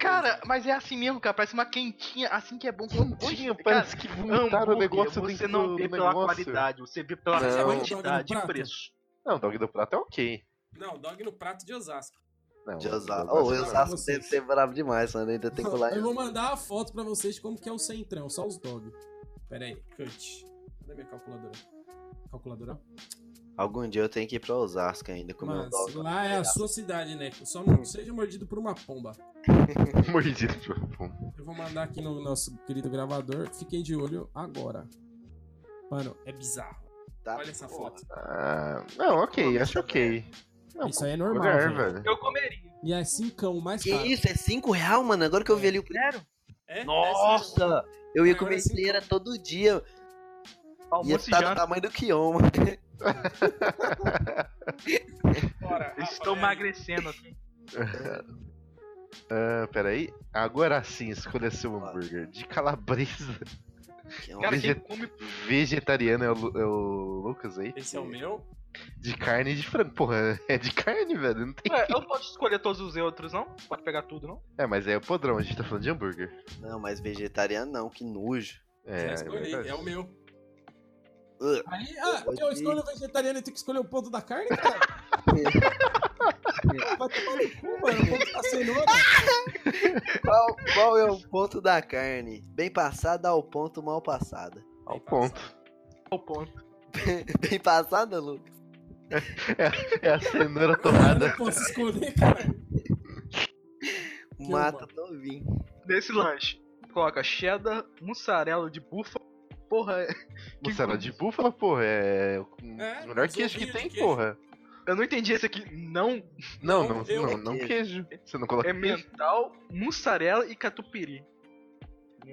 E: Cara, mas é assim mesmo, cara. Parece uma quentinha, assim que é bom. Quando-
C: Quentinha,
E: um Cara,
C: parece que vomitaram o
E: hambúrguer,
C: negócio
E: Você
C: dentro
E: não
C: do
E: vê pela
C: negócio.
E: qualidade, você vê pela
D: Não.
E: quantidade e
B: Prato.
E: preço.
C: Não, dog do prato é ok.
B: Não, dog no prato de Osasco.
C: Não,
D: De
C: dog do
D: Osasco.
C: prato
D: Ô,
E: Oh,
D: o
C: é
D: Osasco
B: vocês.
D: deve ser bravo demais, mano. Ainda tem que ir lá.
B: Eu vou mandar a foto pra vocês de como que é o centrão, só os dog. Pera aí, cut. Cadê minha calculadora? Calculadora?
D: Algum dia eu tenho que ir pra Osasco ainda comer um
B: Mas
D: dog.
B: lá é a sua cidade, né? Só não seja mordido por uma pomba.
C: [LAUGHS] Mordido de uma pomba.
B: Eu vou mandar aqui no nosso querido gravador. Fiquem de olho agora. Mano, é bizarro.
D: Tá?
B: Olha essa
D: Porra.
B: foto.
C: Ah, não, ok, acho ok. Não,
B: Isso aí é normal.
C: lugar,
B: gente.
C: velho.
E: Eu comeria.
B: E é cincão, mais
D: Que
B: caro.
D: isso? É 5 real, mano? Agora que eu vi ali o preço.
E: Sério?
B: É?
D: Nossa! Eu ia
B: Agora é
D: comer
B: cinco. Tá
D: inteira todo dia. Ia
E: Almoço e
D: estar do
E: janta.
D: tamanho do Kion, mano.
B: Bora, né?
E: Estou
B: Rafael.
E: emagrecendo. assim.
C: Ah, peraí. Agora sim, escolha seu hambúrguer. De
B: [LAUGHS]
C: calabresa.
D: Kion.
E: Cara, quem
C: Veget-
E: [LAUGHS] come
C: Vegetariano é o, Lu- é o Lucas aí.
B: Esse é o meu.
C: De carne e de frango. Porra, [LAUGHS] é de carne, velho. Não tem.
E: Ué, É, eu posso escolher todos os outros, não? Pode pegar tudo, não?
C: É, mas é o podrão, a gente tá falando de hambúrguer.
D: Não, mas vegetariano não, que
B: [LAUGHS]
D: nojo.
C: É,
B: Já
C: é
B: escolhi,
C: verdade.
B: é o meu.
D: Ugh.
B: Aí, ah,
D: Pode
B: eu
D: ir.
B: escolho o vegetariano e tenho que escolher o ponto da carne, cara. Vai tomar no cu, mano. O ponto tá da cenoura.
C: Ah!
D: qual, qual é o ponto da carne? Bem passada ao ponto mal passada. [LAUGHS]
C: Ao ponto. [LAUGHS]
E: É O ponto.
D: Bem passada, Lucas?
C: É a cenoura
B: Eu [LAUGHS]
C: torrada.
B: não posso escolher, cara.
D: Mata novinho.
E: Nesse lanche, coloca cheddar, mussarela de búfalo, porra. é- Que
C: Mussarela
E: coisa.
C: de búfala, porra, é.
B: É,
C: O melhor queijo que
B: ovinhos
C: tem,
B: de queijo.
C: porra.
E: Eu não entendi esse aqui. Não
C: Não,
B: Não,
C: não,
B: eu-
C: não, não queijo. Você não coloca
E: é
C: queijo.
E: mental, mussarela e catupiry.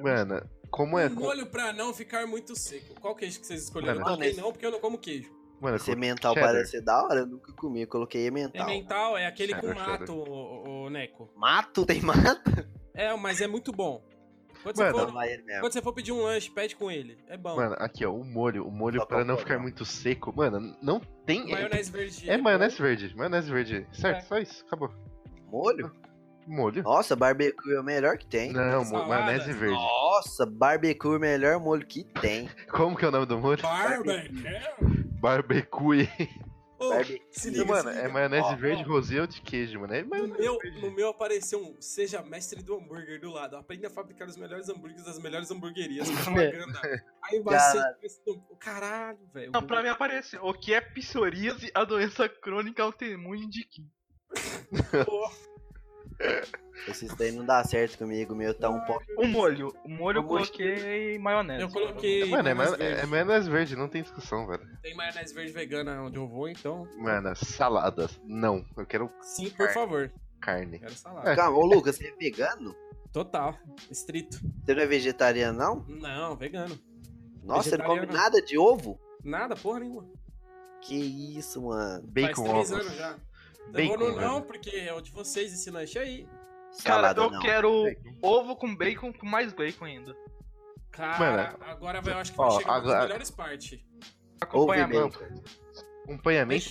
C: Mano, como é.
B: Um molho pra não ficar muito seco. Qual queijo que vocês escolheram?
C: Mano,
B: eu coloquei
D: esse-
B: não, porque eu não como queijo.
C: Mano,
D: Esse
C: como-
D: mental
C: cheddar.
D: parece ser da hora, eu nunca comi, eu coloquei
B: É
D: emmental.
B: mental, é aquele com
C: Cheddar,
B: mato, o, Neco.
D: Mato? Tem mato?
B: É, mas é muito bom. Quando
C: Mano,
B: você
C: é.
D: Não, né?
B: for...
D: mas ele mesmo.
B: Quando você for pedir um lanche, pede com ele. É bom.
C: Mano, aqui ó, o molho, o molho
D: Só
C: pra não
D: concordo,
C: ficar
D: não.
C: muito seco, mano, não tem. é-
B: um. maionese verde.
C: É
B: bom.
C: maionese verde, maionese verde, certo?
B: É.
C: Só isso, acabou.
D: Molho?
C: Molho.
D: Nossa, barbecue é o melhor que tem.
C: Não, mo-
B: Salada.
C: maionese verde.
D: Nossa, barbecue é o melhor molho que tem.
C: Como que é o nome do molho?
B: Barbecue.
C: Barbecue.
B: Ô,
D: Barbecue.
B: [LAUGHS] se liga,
C: mano,
B: se
C: é
B: liga.
C: maionese
B: Ó,
C: verde,
B: ó,
C: roseu de queijo, mano. É
B: No
C: maionese
B: meu,
C: verde.
B: no meu apareceu um Seja Mestre do Hambúrguer do lado. Aprenda a fabricar os melhores hambúrgueres das melhores
E: [LAUGHS]
B: hambúrguerias. Propaganda. Aí eu bacei. Caralho, velho.
E: Não, pra mim aparece. O que é psoríase, a doença crônica autoimune de Kim.
B: Pô,
D: Esses daí não dá certo comigo, o meu tá um pouco.
E: O molho. O molho eu
D: Eu gostei.
E: coloquei maionese.
B: Eu coloquei
C: Mano, é,
B: maionese
C: maio- é
B: verde.
C: maionese verde, não tem discussão, velho.
B: Tem maionese verde vegana onde eu vou, então.
C: Mano, saladas. Não, eu quero
B: Sim, por favor.
C: carne.
B: Quero salada.
D: Calma, ô Lucas, você é vegano?
B: Total. Estrito.
D: Você não é vegetariano, não?
B: Não, vegano.
D: Nossa, você não come
B: Vegetariano.
D: nada de ovo?
B: Nada, porra nenhuma.
D: Que isso, mano.
C: Bacon
B: Faz três
C: ovos.
B: anos já. eu
C: Bacon,
B: vou no
C: velho.
B: não, porque é o de vocês esse lanche aí.
E: Cara,
D: Salada
E: eu
D: não.
E: quero
C: Bacon.
E: ovo com bacon com mais bacon ainda.
B: Cara,
C: Mano, é-
B: agora vai, eu acho que vai
C: ó,
B: chegar nas
C: agora-
B: melhores partes.
D: Ovo e
E: Acompanhamento.
D: bacon.
C: Acompanhamento.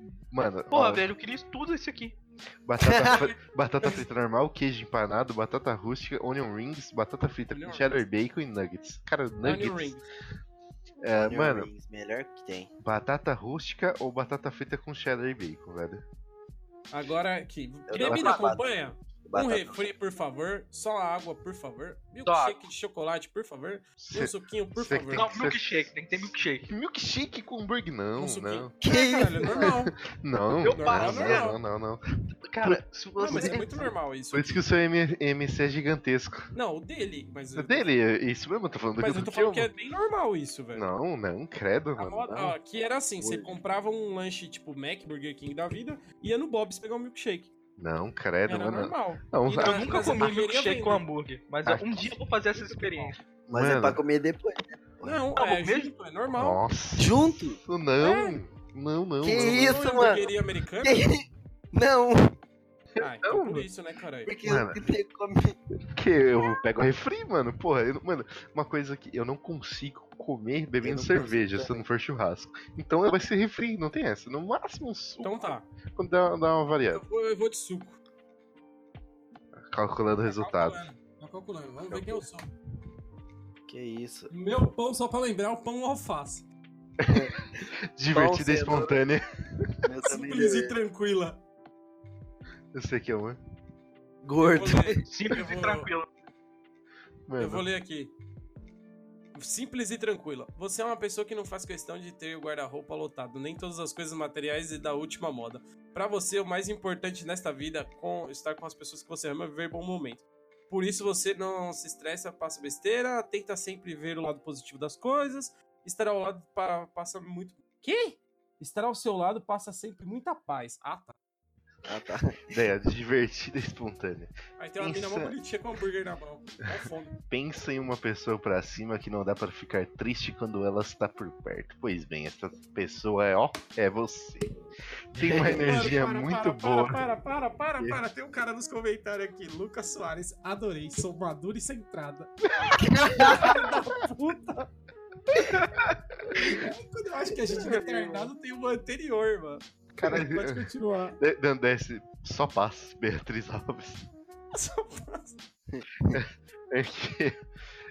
C: Um Mano,
E: Porra,
C: ó,
E: velho, eu queria isso tudo isso aqui.
C: batata,
B: [LAUGHS]
C: fri- batata frita normal, queijo empanado, batata rústica, onion rings, batata frita
B: Onion
C: com cheddar bacon e nuggets. Cara, nuggets.
B: Onion ring.
C: É,
D: Onion
C: mano,
D: rings, melhor que tem.
C: batata rústica ou batata frita com cheddar e bacon, velho.
B: Agora aqui.
D: Eu tava
B: Bebida
D: babado.
B: acompanha? Um
D: Batata.
B: refri, por favor. Só a água, por favor.
E: Doc.
B: Milkshake de chocolate, por favor. E
C: Cê-
B: um suquinho, por
C: cê
B: favor.
C: tem
E: Não,
C: que ser-
E: milkshake, tem que ter milkshake.
C: Milkshake com hambúrguer, não,
B: Um suquinho.
C: não.
D: Que
B: É,
D: isso?
B: Caralho, é
D: [LAUGHS]
B: normal.
C: Não,
E: Eu
C: não,
E: passo,
C: não, não, não, não.
E: Cara, se
B: Não, mas
E: você.
B: é muito normal isso.
C: Por isso que o seu MMC é gigantesco.
B: Não, o dele. Mas,
C: O Dele, é isso mesmo, eu tô falando
B: mas
C: do
B: eu tô
C: que eu-
B: falando
C: um.
B: que é bem normal isso, velho.
C: Não, não, credo,
B: A
C: mano.
B: moda,
C: não.
B: ó, que era assim, você
C: Ui.
B: comprava um lanche tipo Mac, Burger King da vida, ia no Bob's pegar um milkshake.
C: É, Não, credo,
B: Era
C: mano.
B: normal.
C: Não,
B: E
C: a-
B: na-
E: Eu nunca
B: mas é
E: comi
B: eu queria
E: milkshake
B: vender. Tá
E: com hambúrguer, mas
C: Ah,
E: um dia eu vou fazer essa experiência.
D: Mas é
C: Mano.
D: pra comer depois.
B: Não,
E: Não,
B: é,
E: mesmo-
B: junto, é normal.
C: Nossa.
D: Junto?
C: Não,
B: É.
C: não, não.
D: Que
C: não,
D: isso,
B: Não é
D: mano?
B: hamburgueria americana?
D: Não,
B: Ah, então
C: Não.
B: por isso, né, caralho?
D: porque
C: Mano.
D: o que tem que comer.
C: Que eu pego refri, mano. Porra, eu- mano, uma coisa que eu não consigo comer
D: Eu
C: bebendo
D: não
C: cerveja
D: consigo
C: se não for churrasco. Então vai ser refri, não tem essa. No máximo um suco.
B: Então tá,
C: Quando dá, dá uma
B: eu
C: variada.
B: vou, eu vou de suco.
C: Calculando o resultado.
B: Tá calculando, tá calculando, vamos ver quem eu sou.
D: Que isso?
B: Meu pão, só pra lembrar, é o pão alface.
C: Divertida e
B: Então,
D: Pão, cenoura.
C: espontânea.
D: Eu também
B: Simples e
D: deveria.
B: tranquila.
C: Eu sei que é uma.
B: Eu
D: Gordo.
B: vou ler, Eu
E: Simples
B: vou-
E: e tranquilo.
B: eu vou
C: Mano,
B: ler aqui. Simples e tranquila. Você é uma pessoa que não faz questão de ter o guarda-roupa lotado, nem todas as coisas materiais e da última moda. Pra você, o mais importante nesta vida é estar com as pessoas que você ama e viver bom momento. Por isso você não se estressa, passa besteira, tenta sempre ver o lado positivo das coisas, estar ao lado pa- passa muito. Que? Estar ao seu lado passa sempre muita paz. Ah, tá.
D: Ah, tá.
C: ideia divertida e espontânea.
B: Aí tem uma mina mó
C: Insano.
B: bonitinha com hambúrguer na mão. É fome.
C: Pensa em uma pessoa pra cima que não dá pra ficar triste quando ela está por perto. Pois bem, essa pessoa é ó, é você. Tem uma [LAUGHS]
B: [LAUGHS]
C: energia
B: Para, para,
C: muito
B: para,
C: boa.
B: Para, para, para, para, para. Tem um cara nos comentários aqui. Lucas Soares, adorei. Sou maduro e
C: [LAUGHS]
B: centrada. Filho da puta. [LAUGHS] Quando eu acho que a gente é retardado, tem uma anterior, mano.
C: Cara,
B: Pode
C: [LAUGHS]
B: continuar.
C: De- de- Desce, só passa, Beatriz Alves.
B: Só passa.
C: É que,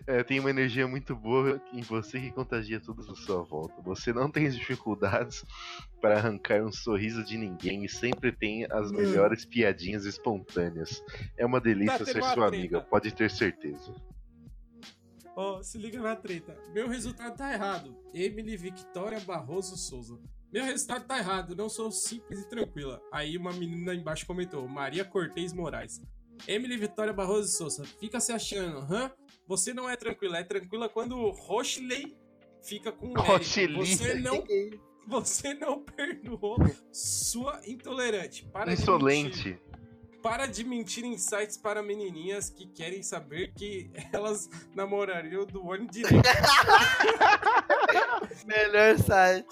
C: é, tem uma energia muito boa em você que contagia todos à sua volta. Você não tem dificuldades [LAUGHS] para arrancar um sorriso de ninguém e sempre tem as
B: Mano.
C: melhores piadinhas espontâneas. É uma delícia
B: Tá tendo
C: ser
B: uma
C: sua
B: treta.
C: amiga, pode ter certeza.
B: Ó, se liga na treta. Meu resultado tá errado. Emily Victoria Barroso Souza. Meu resultado tá errado, não sou simples e tranquila. Aí uma menina embaixo comentou, Maria Cortez Moraes. Emily Vitória Barroso de Souza, fica se achando, hã? Você não é tranquila, é tranquila quando o Rochley fica com o Eric.
C: Rochley.
B: Você não, você não perdoou sua intolerante. Para de mentir.
C: Insolente.
B: Para de mentir em sites para menininhas que querem saber que [LAUGHS] elas namorariam do olho direito.
D: Melhor [LAUGHS] site.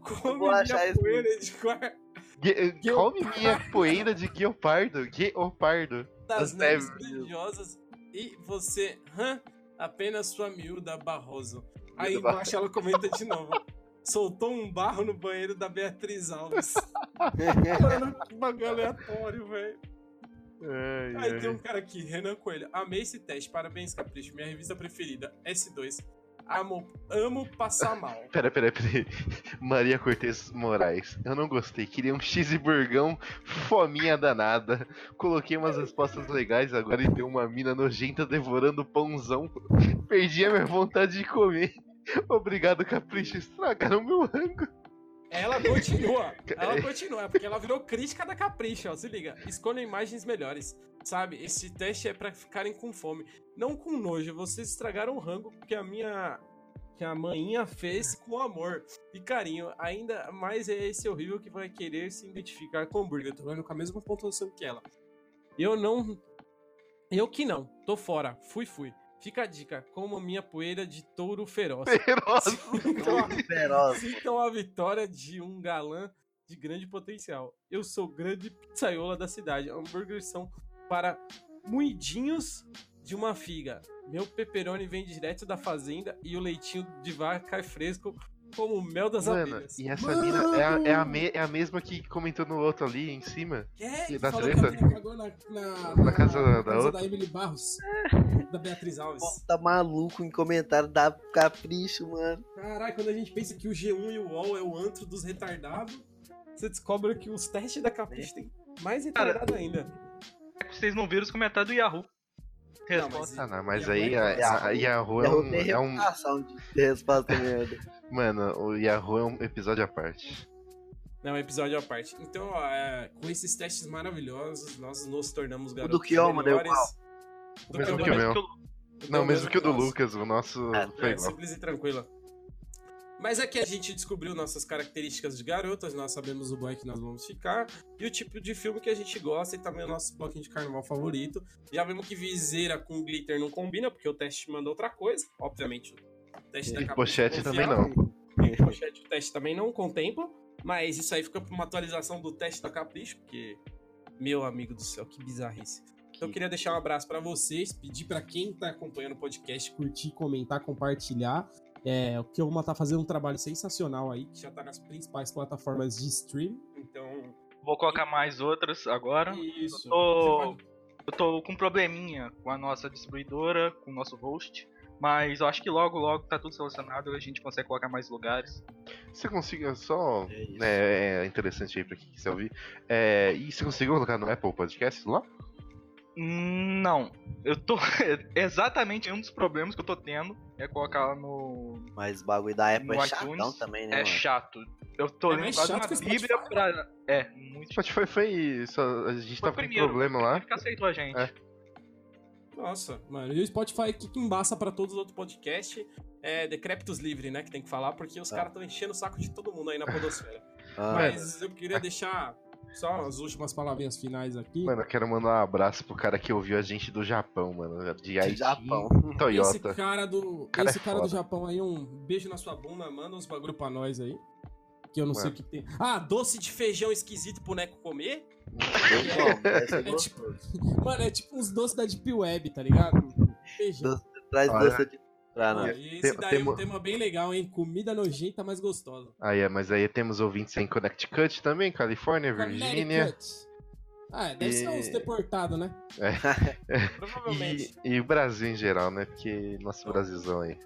B: Come
D: vou achar
B: minha
D: esse
B: poeira de quarta
C: Gue-
B: Gueopardo.
C: eh, Come minha poeira de guepardo. Guepardo.
B: das
C: Das
B: neves
C: neves.
B: grandiosas e você, hã? Apenas sua miúda Barroso. Aí
C: Miúda Barroso.
B: embaixo ela comenta de novo. Soltou um barro no banheiro da Beatriz Alves. Mano, que bagulho aleatório, velho.
C: Ai,
B: Aí
C: ai.
B: tem um cara aqui, Renan Coelho. Amei esse teste, parabéns, Capricho. Minha revista preferida, S2. Amo, amo passar mal.
C: Pera, pera, pera. [LAUGHS] Maria Cortez Moraes. Eu não gostei. Queria um cheeseburgão, fominha danada. Coloquei umas respostas legais agora e tem uma mina nojenta devorando pãozão. Perdi a minha vontade de comer. [LAUGHS] Obrigado, capricho. Estragaram meu rango.
B: Ela continua. Ela continua, porque ela virou crítica da Capricha, ó. Se liga. Escolha imagens melhores. Sabe? Esse teste é pra ficarem com fome. Não com nojo. Vocês estragaram o rango que a minha. Que a manhinha fez com amor e carinho. Ainda mais é esse horrível que vai querer se identificar com o hambúrguer. Eu tô vendo com a mesma pontuação que ela. Eu não. Eu que não. Tô fora. Fui, fui. Fica a dica. Como a minha poeira de touro feroz.
C: é Feroz.
B: Então, a [LAUGHS]
D: Feroz.
B: Sintam Então, a vitória de um galã de grande potencial. Eu sou o grande pizzaiola da cidade. Hambúrgueres são para muidinhos de uma figa. Meu pepperoni vem direto da fazenda e o leitinho de vaca é fresco como o mel das
C: Mano,
B: abelhas.
C: e essa mina é a, é a me- é a mesma que comentou no outro ali em cima.
B: É,
C: e
B: ele
C: da
B: falou que
C: treta?
B: a mina cagou na, na,
C: Na casa da- da outra?
B: Emily Barros, da Beatriz Alves.
D: Tá maluco em comentário da Capricho, mano.
B: Caralho, quando a gente pensa que o G1 e o UOL é o antro dos retardados, você descobre que os testes da
C: É.
B: Capricho tem mais retardado ainda.
E: É que vocês não viram os comentários do Yahoo. Resposta.
C: Ah, não, mas
B: Yahoo
C: aí
B: é
C: a, a-
D: clássico.
C: Yahoo é
D: Eu
C: um,
D: dei
C: é um. É
D: reputação de resposta né?
C: [LAUGHS]
D: merda.
C: Mano, o Yahoo é um episódio à parte.
B: Não, é um episódio à parte. Então, ó, é, com esses testes maravilhosos, nós nos tornamos garotos
D: do Kioma deu
B: melhores. Do
C: Mesmo
B: Kioma
C: que o
B: deu-
C: meu. Não, mesmo que o do
B: nosso.
C: Lucas, o nosso
D: Ah,
C: foi
B: É,
C: igual.
B: simples e tranquila. Mas aqui a gente descobriu nossas características de garotas, nós sabemos o boy que nós vamos ficar e o tipo de filme que a gente gosta e também o nosso bloquinho de carnaval favorito. Já vimos que viseira com glitter não combina, porque o teste manda outra coisa, obviamente. O teste da
C: E
B: cabeça
C: pochete também
B: confiável.
C: não.
B: Tem pochete, o teste também não contempla, mas isso aí fica pra uma atualização do teste da Capricho, porque, meu amigo do céu, que bizarrice. Então eu queria deixar um abraço pra vocês, pedir pra quem tá acompanhando o podcast curtir, comentar, compartilhar. É, o Kioma tá fazendo um trabalho sensacional aí, que já tá nas principais plataformas de stream. Então, é
E: Vou colocar mais outras agora.
B: isso. Você
E: Ô,
B: pode-
E: Eu tô com um probleminha com a nossa distribuidora, com o nosso host. Mas eu acho que logo, logo tá tudo solucionado e a gente consegue colocar mais lugares.
C: Você consiga só.
D: É isso.
C: É, é interessante aí pra quem quiser ouvir. É, e você conseguiu colocar no Apple Podcast lá?
E: Hum, Não, eu tô. [LAUGHS] Exatamente um dos problemas que eu tô tendo é colocar lá no.
D: Mas o bagulho da Apple
E: No
D: é chatão
E: iTunes
D: também, né,
E: É
D: mano?
E: chato. Eu tô
B: É
E: lendo
B: mais
E: quase
B: chato
E: uma
B: que o Spotify,
E: bíblia pra. É, muito chato.
C: Spotify foi. Só, a gente
E: Foi
C: tava com
E: primeiro.
C: problema lá.
E: que aceitou a gente.
C: É.
B: Nossa, mano, e o Spotify aqui que embaça pra todos os outros podcasts é Decrépitos Livre, né? Que tem que falar, porque os
D: Ah.
B: caras estão enchendo o saco de todo mundo aí na Podosfera.
D: Ah,
B: Mas eu queria deixar só as últimas palavrinhas finais aqui.
C: Mano, eu quero mandar um abraço pro cara que ouviu a gente do Japão, mano. De
D: de
C: Haiti,
D: Japão. [LAUGHS]
B: esse
C: Toyota.
B: cara do,
C: Cara
B: esse
C: é
B: cara do
C: foda.
B: Japão aí, um beijo na sua bunda, manda uns bagulho pra nós aí. Que eu não
C: Ué.
B: sei o que tem. Ah, doce de feijão esquisito pro Neco comer?
D: Eu como, parece
B: É
D: gostoso.
B: tipo, mano, é tipo uns doces da Deep Web, tá ligado? Feijão.
D: Traz
C: Olha.
D: doce de... Ah, não.
B: E esse
C: Tem-
B: daí é um
C: temo-
B: tema bem legal, hein? Comida nojenta, mas gostosa.
C: Ah, é, mas aí temos ouvintes em Connecticut também, Califórnia, Virgínia.
B: Connecticut. Ah, deve ser
C: E- É.
B: uns deportados, né?
C: [LAUGHS]
B: Provavelmente.
C: E, e o Brasil em geral, né? Porque nosso Brasilzão aí.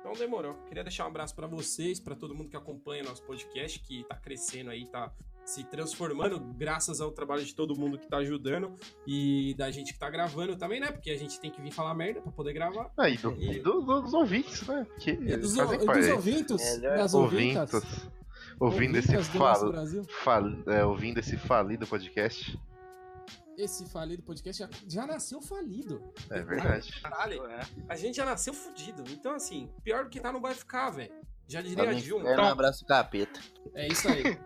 B: Então demorou. Queria deixar um abraço pra vocês, pra todo mundo que acompanha nosso podcast, que tá crescendo aí, tá se transformando, graças ao trabalho de todo mundo que tá ajudando e da gente que tá gravando também, né? Porque a gente tem que vir falar merda pra poder gravar.
C: Ah, e, do-
B: E-
C: e do- do- dos ouvintes, né? Que
B: E dos,
C: fazem
B: e dos
C: parte.
B: ouvintes,
D: Melhor
B: das ouvintas,
C: é ouvintes. Ouvindo esse
B: ouvintas do nosso
C: falo.
B: Brasil.
C: Fal- é, ouvindo esse falido podcast.
B: esse falido podcast já, já nasceu falido.
C: É verdade.
B: Caralho,
E: É.
B: a gente já nasceu fudido. Então, assim, pior do que tá não vai ficar, velho. Já
D: Tá
B: diria
D: no
B: a
C: né?
B: Dilma.
D: inferno, um abraço capeta.
B: É isso aí.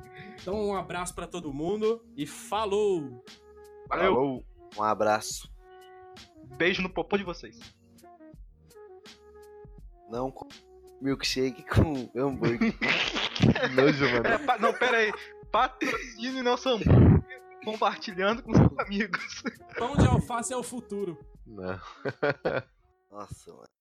B: Então, um abraço pra todo mundo e falou!
E: Valeu.
C: Falou.
D: Um abraço.
E: Beijo no popô de vocês.
D: Não com milkshake com
C: [LAUGHS]
D: hambúrguer.
C: Que nojo, mano.
E: É, pa- não, pera aí. Patrocine nosso hambúrguer compartilhando com [LAUGHS] seus amigos.
B: Pão de alface é o futuro.
C: Não.
D: Nossa, mano.